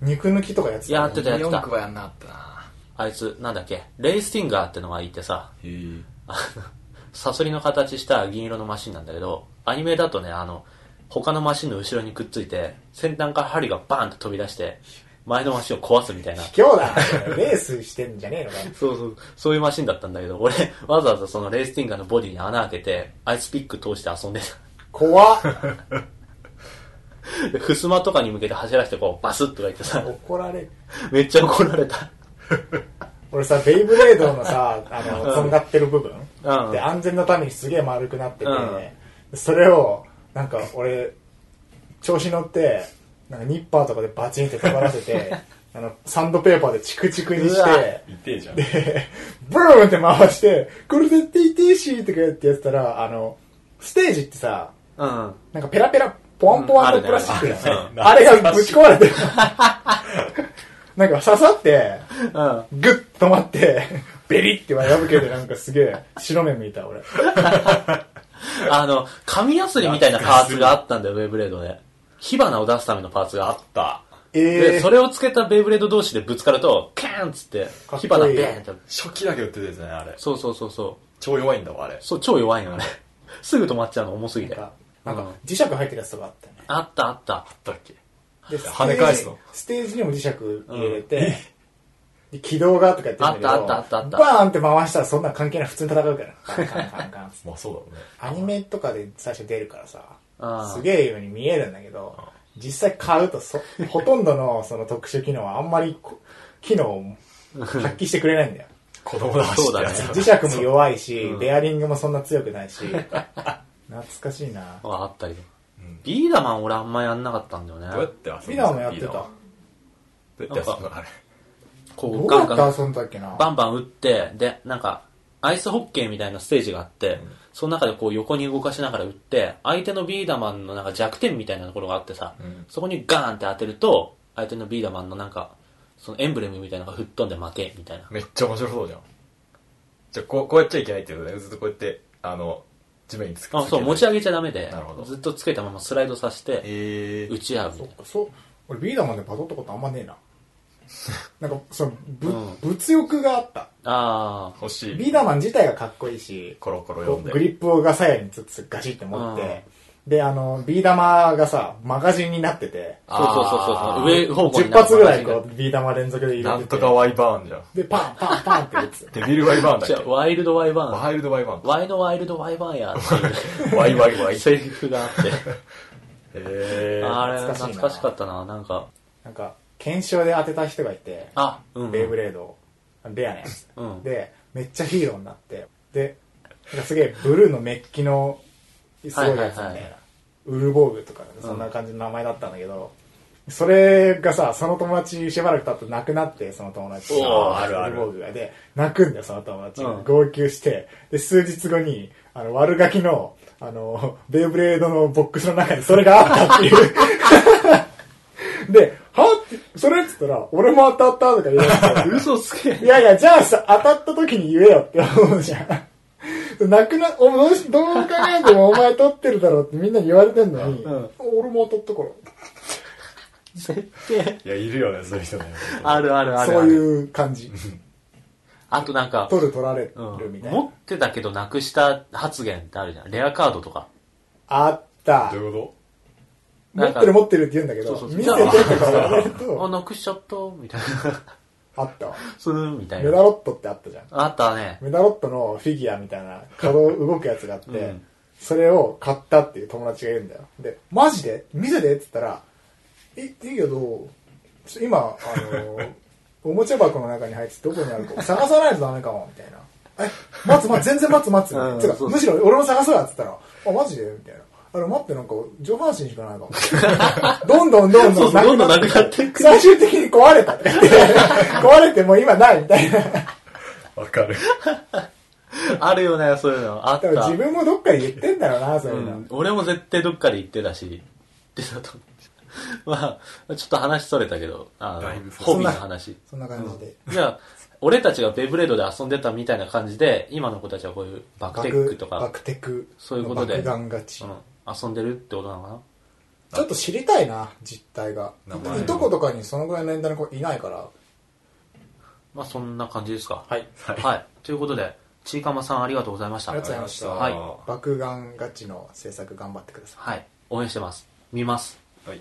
Speaker 2: 肉抜きとかやってた
Speaker 1: やって
Speaker 3: ー、
Speaker 1: たやって
Speaker 3: 4
Speaker 1: た
Speaker 3: 区。はやんなかったな。
Speaker 1: あいつ、なんだっけ、レイスティンガーってのがいてさ、
Speaker 3: へえ。
Speaker 1: あのサソリの形した銀色のマシンなんだけど、アニメだとね、あの、他のマシンの後ろにくっついて、先端から針がバーンと飛び出して、前のマシンを壊すみたいな。
Speaker 2: 卑怯だなレースしてんじゃねえのか
Speaker 1: そうそう、そういうマシンだったんだけど、俺、わざわざそのレースティンガーのボディに穴開けて、アイスピック通して遊んで。
Speaker 2: 怖った
Speaker 1: で、襖とかに向けて走らせてこう、バスッとか言ってさ、
Speaker 2: 怒られる
Speaker 1: めっちゃ怒られた。
Speaker 2: 俺さベイブレード のさあのとんがってる部分
Speaker 1: うん
Speaker 2: で安全のためにすげえ丸くなってて、
Speaker 1: う
Speaker 2: それをなんか俺調子乗ってなんかニッパーとかでバチンってかからせ てあのサンドペーパーでチクチクに
Speaker 1: う
Speaker 2: し
Speaker 1: わ
Speaker 2: て
Speaker 3: 痛えじゃん。
Speaker 2: で ブーンって回してこれ絶対痛いしとかやってやってたらあのステージってさ
Speaker 1: うん。
Speaker 2: なんかペラペラ、ポワンポワンのプラスチックだ
Speaker 1: うんある
Speaker 2: よね。あれがぶち壊 れてる。なんか刺さって、
Speaker 1: うん。
Speaker 2: グッと止まって、ベリって破けてなんかすげえ白目向いた俺。
Speaker 1: あの、紙ヤスリみたいなパーツがあったんだよ、ベイブレードで。火花を出すためのパーツがあ
Speaker 3: あ
Speaker 1: っ
Speaker 3: った。
Speaker 2: え
Speaker 1: で、
Speaker 2: え
Speaker 1: それをつけたベイブレード同士でぶつかると、キャーンっつって
Speaker 2: か、っこいい
Speaker 1: 火花ベーンって。
Speaker 3: 初期だけ売ってたやつね、あれ。
Speaker 1: そうそうそうそう。
Speaker 3: 超弱いんだわ、あれ。
Speaker 1: そう、超弱いのね。 すぐ止まっちゃうの、重すぎて。
Speaker 2: なんか
Speaker 1: う
Speaker 2: なんんか磁石入ってるやつとかあったね。
Speaker 1: あったあった。
Speaker 3: だっけ
Speaker 2: で、ステー
Speaker 3: 跳ね返す
Speaker 2: ジ
Speaker 3: の、
Speaker 2: ステージにも磁石入れて、で軌道がとか言ってんだけど、
Speaker 1: あったあったあったあった
Speaker 2: バーンって回したらそんな関係ない。普通に戦うから。カンカンカンカ ンっつって
Speaker 3: まあそうだろうね。
Speaker 2: アニメとかで最初出るからさ
Speaker 1: ああ、
Speaker 2: すげえように見えるんだけど、実際買うとそ、ほとんどのその特殊機能はあんまりこ機能を発揮してくれないんだよ。
Speaker 3: 子供だしってやつ
Speaker 1: そうだね
Speaker 2: 磁石も弱いし、ベアリングもそんな強くないし、懐かしいな。
Speaker 1: ああったりとか。ビーダマン俺あんまやんなかったんだよ
Speaker 3: どうや
Speaker 1: ね
Speaker 3: っ。て遊ん
Speaker 2: ミ
Speaker 3: で
Speaker 2: ナーもやってた。
Speaker 3: ど
Speaker 2: ど
Speaker 3: うやって遊んだあれ。
Speaker 1: こう、
Speaker 2: う
Speaker 1: ガ
Speaker 2: や
Speaker 1: ンガン
Speaker 2: っ、て遊んだっけな
Speaker 1: バンバン打って、で、なんか、アイスホッケーみたいなステージがあって、その中でこう横に動かしながら打って、相手のビーダマンのなんか弱点みたいなところがあってさ、
Speaker 3: ん
Speaker 1: そこにガーンって当てると、相手のビーダマンのなんか、そのエンブレムみたいなのが吹っ飛んで負け、みたいな。
Speaker 3: めっちゃ面白そうじゃん。じゃあ、こう、こうやっちゃいけないってことね。ずっとこうやって、あの、地面につく。
Speaker 1: あ、そう、持ち
Speaker 3: げ。
Speaker 1: 上げちゃダメで
Speaker 3: なるほど、
Speaker 1: ずっとつけたままスライドさせて、
Speaker 3: え
Speaker 1: 打ち合うみた
Speaker 2: そ
Speaker 1: いうな。
Speaker 2: か、そう、俺ビーダーマンでバトったことあんまねえな。なんか、その、ぶ
Speaker 1: うん
Speaker 2: 物欲があった。
Speaker 1: あ
Speaker 3: 欲しい。
Speaker 2: ビーダーマン自体がかっこいいし、
Speaker 3: コロコロ
Speaker 2: こ
Speaker 3: 読ん
Speaker 2: う
Speaker 3: で。
Speaker 2: グリップをガサヤにつつガシって持って、で、あの、ビー玉がさ、マガジンになってて、
Speaker 1: あ、そうそうそうそう
Speaker 3: あー
Speaker 1: そう、上方向にな
Speaker 2: 10
Speaker 1: んか
Speaker 2: 発ぐらい
Speaker 1: マガ
Speaker 2: こう、ビー玉連続で入れ
Speaker 3: な
Speaker 2: て
Speaker 3: ん
Speaker 2: て
Speaker 3: と、かワイバーンじゃん。
Speaker 2: で、パンパンパンって打つ。
Speaker 3: デビルワイバーンだっ
Speaker 1: ジン
Speaker 3: け
Speaker 1: 違うワイルドワイバ
Speaker 3: ワイルドワイバーン
Speaker 1: ーン。ワイのワイルドワイバーンやっていう
Speaker 3: か。ワイワイワイ。
Speaker 1: セリフがあって。
Speaker 3: えー。
Speaker 1: あれ、
Speaker 2: 懐かしいな
Speaker 1: 懐かしかったな、なんか。
Speaker 2: なんか、検証で当てた人がいて、
Speaker 1: あ、うん。
Speaker 2: ベイブレード、レアなやつ
Speaker 1: うん。
Speaker 2: で、めっちゃヒーローになって、で、なんかすげえブルーのメッキの、すごいや
Speaker 1: はい
Speaker 2: つみたいな、
Speaker 1: はいはい
Speaker 2: ウルボーグとか、そんな感じの名前だったんだけど、それがさ、その友達しばらく経って亡くなって、その友達
Speaker 1: おー
Speaker 3: あるある
Speaker 2: ウルボーグが。で、泣くんだよ、その友達が、
Speaker 1: うん
Speaker 2: 号泣して、で、数日後に、あの、悪ガキの、あの、ベイブレードのボックスの中にそれがあったっていう。で、はって、それっつったら、俺も当たったとか言われて、
Speaker 1: 嘘つけ。
Speaker 2: いやいや、じゃあさ、当たった時に言えよって思うじゃん。なくな、おどうしどう考えてもお前取ってるだろうってみんなに言われてんのに、
Speaker 1: うん
Speaker 2: 俺も当たったから。
Speaker 1: 設定。
Speaker 3: いや、いるよね、そういう人ね。
Speaker 1: あるあるある。
Speaker 2: そう
Speaker 1: う。
Speaker 2: いう感じ。
Speaker 1: あとなんか、
Speaker 2: 取る取られる
Speaker 1: うん
Speaker 2: みたいな。
Speaker 1: 持ってたけどなくした発言ってあるじゃん。レアカードとか。
Speaker 2: あった
Speaker 3: ど。ういうこ
Speaker 2: 持ってる持ってるって言うんだけど、
Speaker 1: そうそうそう
Speaker 2: 見せてとか言わ
Speaker 1: あ、
Speaker 2: れると、
Speaker 1: なくしちゃった、みたいな。
Speaker 2: あったわ。
Speaker 1: スーみたい
Speaker 2: メダ
Speaker 1: な。
Speaker 2: ロットってあったじゃん。
Speaker 1: あったね。
Speaker 2: メダロットのフィギュアみたいな、角動くやつがあって、
Speaker 1: うん
Speaker 2: それを買ったっていう友達がいるんだよ。で、マジで見せてって言ったら、いいいけど、ちょ今、あの、おもちゃ箱の中に入っててどこにある か探さないとダメかも、みたいな。え、待つ待つ、全然待つ待つ。
Speaker 1: うん
Speaker 2: てか
Speaker 1: そうそう
Speaker 2: むしろ俺も探そうやって言ったら、あ、マジでみたいな。あれ待ってなんか上半身しかないかも。 どんどんどん
Speaker 1: そ
Speaker 2: ど
Speaker 1: うんそうどんどんなくなっていく
Speaker 2: 最終的に壊れたって言って。壊れてもう今ないみたいな。
Speaker 3: わか る。
Speaker 1: あるよね、そういうの。あっ
Speaker 2: 多
Speaker 1: た。
Speaker 2: 分自分もどっかで言ってんだろうな、そういうの。
Speaker 1: うん、俺も絶対どっかで行ってたし、でだと思う。まあ、ちょっと話それたけど、あ
Speaker 3: だいぶ
Speaker 1: の、
Speaker 3: そ
Speaker 1: ホビーの話。
Speaker 2: そんな感じで。
Speaker 1: じゃあ、俺たちがベイブレードで遊んでたみたいな感じで、今の子たちはこういうバックテックと
Speaker 2: バ
Speaker 1: か、
Speaker 2: クテク。
Speaker 1: そういうことで
Speaker 2: 爆弾勝ち。
Speaker 1: うん、遊んでるってことなのかな
Speaker 2: ちょっと知りたいな、実態が。
Speaker 3: 名前を
Speaker 2: いとことかにそのぐらいの年代の子いないから。
Speaker 1: まあ、そんな感じですか。
Speaker 2: はい。
Speaker 1: はい。ということで、ちいかまさんありがとうございました。
Speaker 2: ありがとうございました
Speaker 1: はい。
Speaker 2: 爆弾勝ちの制作頑張ってください。
Speaker 1: はい。応援してます。見ます。
Speaker 3: はい。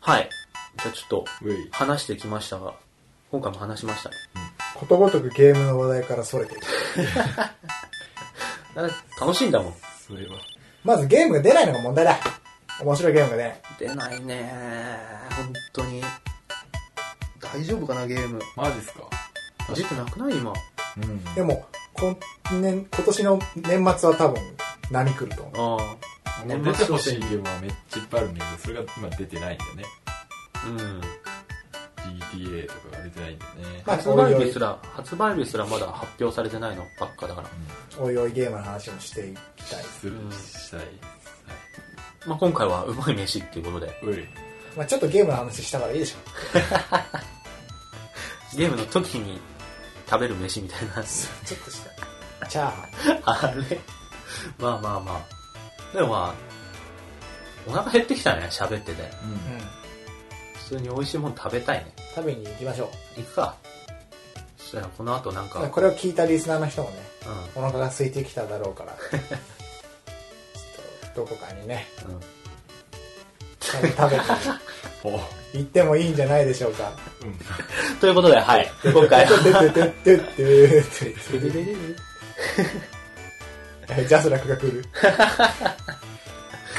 Speaker 1: はい。じゃあちょっと、
Speaker 3: うい。
Speaker 1: 話してきましたが、今回も話しましたね。
Speaker 2: ことごとくゲームの話題からそれていく。
Speaker 1: だって楽しいんだもん。
Speaker 3: それは。
Speaker 2: まずゲームが出ないのが問題だ。面白いゲームが出ない。
Speaker 1: 出ないね本当に。大丈夫かな、ゲーム。
Speaker 3: マジっすか
Speaker 1: 時期なくない今。
Speaker 3: うん。
Speaker 2: でも、今年、今年の年末は多分、波来ると思う。
Speaker 1: ああ。
Speaker 3: もう出てほしいゲームはめっちゃいっぱいあるんだけど、それが今出てないんだよね。
Speaker 1: うん。
Speaker 3: GTA とかが出てないんだよね。
Speaker 2: まあ
Speaker 1: 発売日すら、発売日すらまだ発表されてないのばっかだから。
Speaker 2: おいおいゲームの話もしていきたい。
Speaker 3: する、したい。はい。
Speaker 1: まあ今回はうまい飯っていうことで、
Speaker 3: うい。
Speaker 2: まあちょっとゲームの話したからいいでしょ。
Speaker 1: ゲームの時に食べる飯みたいな。
Speaker 2: ちょっとした。チャーハ ン。
Speaker 1: あれまあまあまあ。でもまあ、お腹減ってきたね、喋ってて。
Speaker 3: うん。
Speaker 2: うん。
Speaker 1: 普通に美味しいもの食べたいね。
Speaker 2: 食べに行きましょう。
Speaker 1: 行くか。そしたらこの後なんか、うん。
Speaker 2: これを聞いたリスナーの人もね
Speaker 1: う
Speaker 2: お腹が空いてきただろうからちょっとどこかにね
Speaker 1: ん。
Speaker 2: 食べ食べて
Speaker 3: お
Speaker 2: 行ってもいいんじゃないでしょうか
Speaker 1: ということで、はい。今回は。
Speaker 2: てってってってってジャスラックが来る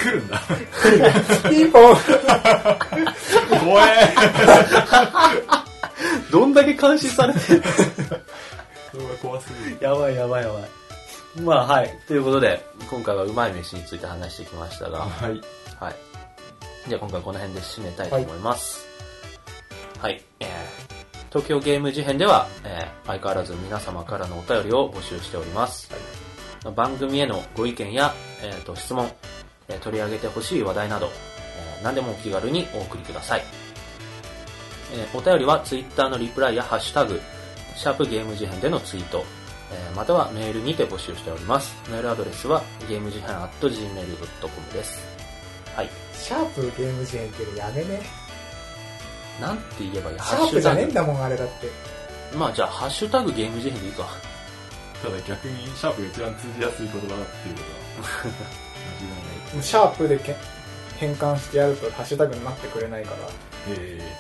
Speaker 3: 来るん だ。
Speaker 2: ピンポン
Speaker 3: 怖え
Speaker 1: どんだけ監視されてる
Speaker 3: それは怖すぎる。
Speaker 1: やばいやばいやばい。まあはい。ということで、今回はうまい飯について話してきましたが、はい。
Speaker 3: はい。
Speaker 1: じゃあ今回この辺で締めたいと思います。はい。えー東京ゲーム事変では、えー相変わらず皆様からのお便りを募集しております。番組へのご意見や、えーと質問、えー取り上げてほしい話題など、えー何でもお気軽にお送りください。えーお便りは Twitter のリプライやハッシュタグ、シャープゲーム事変でのツイート、えーまたはメールにて募集しております。メールアドレスはゲーム事変 .gmail.com です。はい。
Speaker 2: シャープゲーム事変っていうのやめね
Speaker 1: なんて言えばいい
Speaker 2: シ
Speaker 1: ハ
Speaker 2: ャ
Speaker 1: ッ
Speaker 2: ー
Speaker 1: シ
Speaker 2: プ
Speaker 1: ュ
Speaker 2: じゃ
Speaker 1: タ
Speaker 2: ねえん
Speaker 1: グ。
Speaker 2: だもんあれだって
Speaker 1: まあじゃあ、ハッシュタグゲーム事変でいいか。
Speaker 3: ただ逆にシャープが一番通じやすい言葉だっていうことは。 間違いない。
Speaker 2: シャープでけ変換してやるとハッシュタグになってくれないから
Speaker 3: え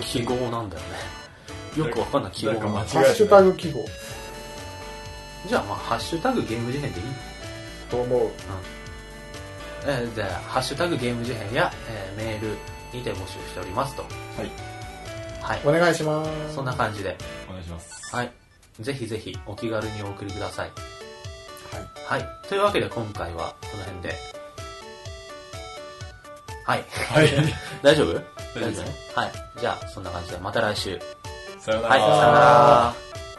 Speaker 3: え
Speaker 1: 記号なんだよね。よくわかんない記号
Speaker 3: なんか
Speaker 1: が
Speaker 3: 間違。
Speaker 2: ハッシュタグ記号
Speaker 1: じゃあまあ、ハッシュタグゲーム事変でいい
Speaker 2: と思う
Speaker 1: えー、じゃあ、ハッシュタグゲーム事変や、えーメールにて募集しておりますと。
Speaker 3: はい。
Speaker 1: はい。
Speaker 2: お願いします
Speaker 1: そんな感じで、
Speaker 3: お願いします。
Speaker 1: はい。ぜひぜひお気軽にお送りください。
Speaker 2: は
Speaker 1: は
Speaker 2: い
Speaker 1: い。というわけで今回はこの辺で。 はい。
Speaker 3: はい。
Speaker 1: 大丈夫
Speaker 3: 大丈夫です
Speaker 1: はい。じゃあ、そんな感じで、また来週。
Speaker 3: さような
Speaker 1: はい、
Speaker 3: ら。
Speaker 1: さよなら。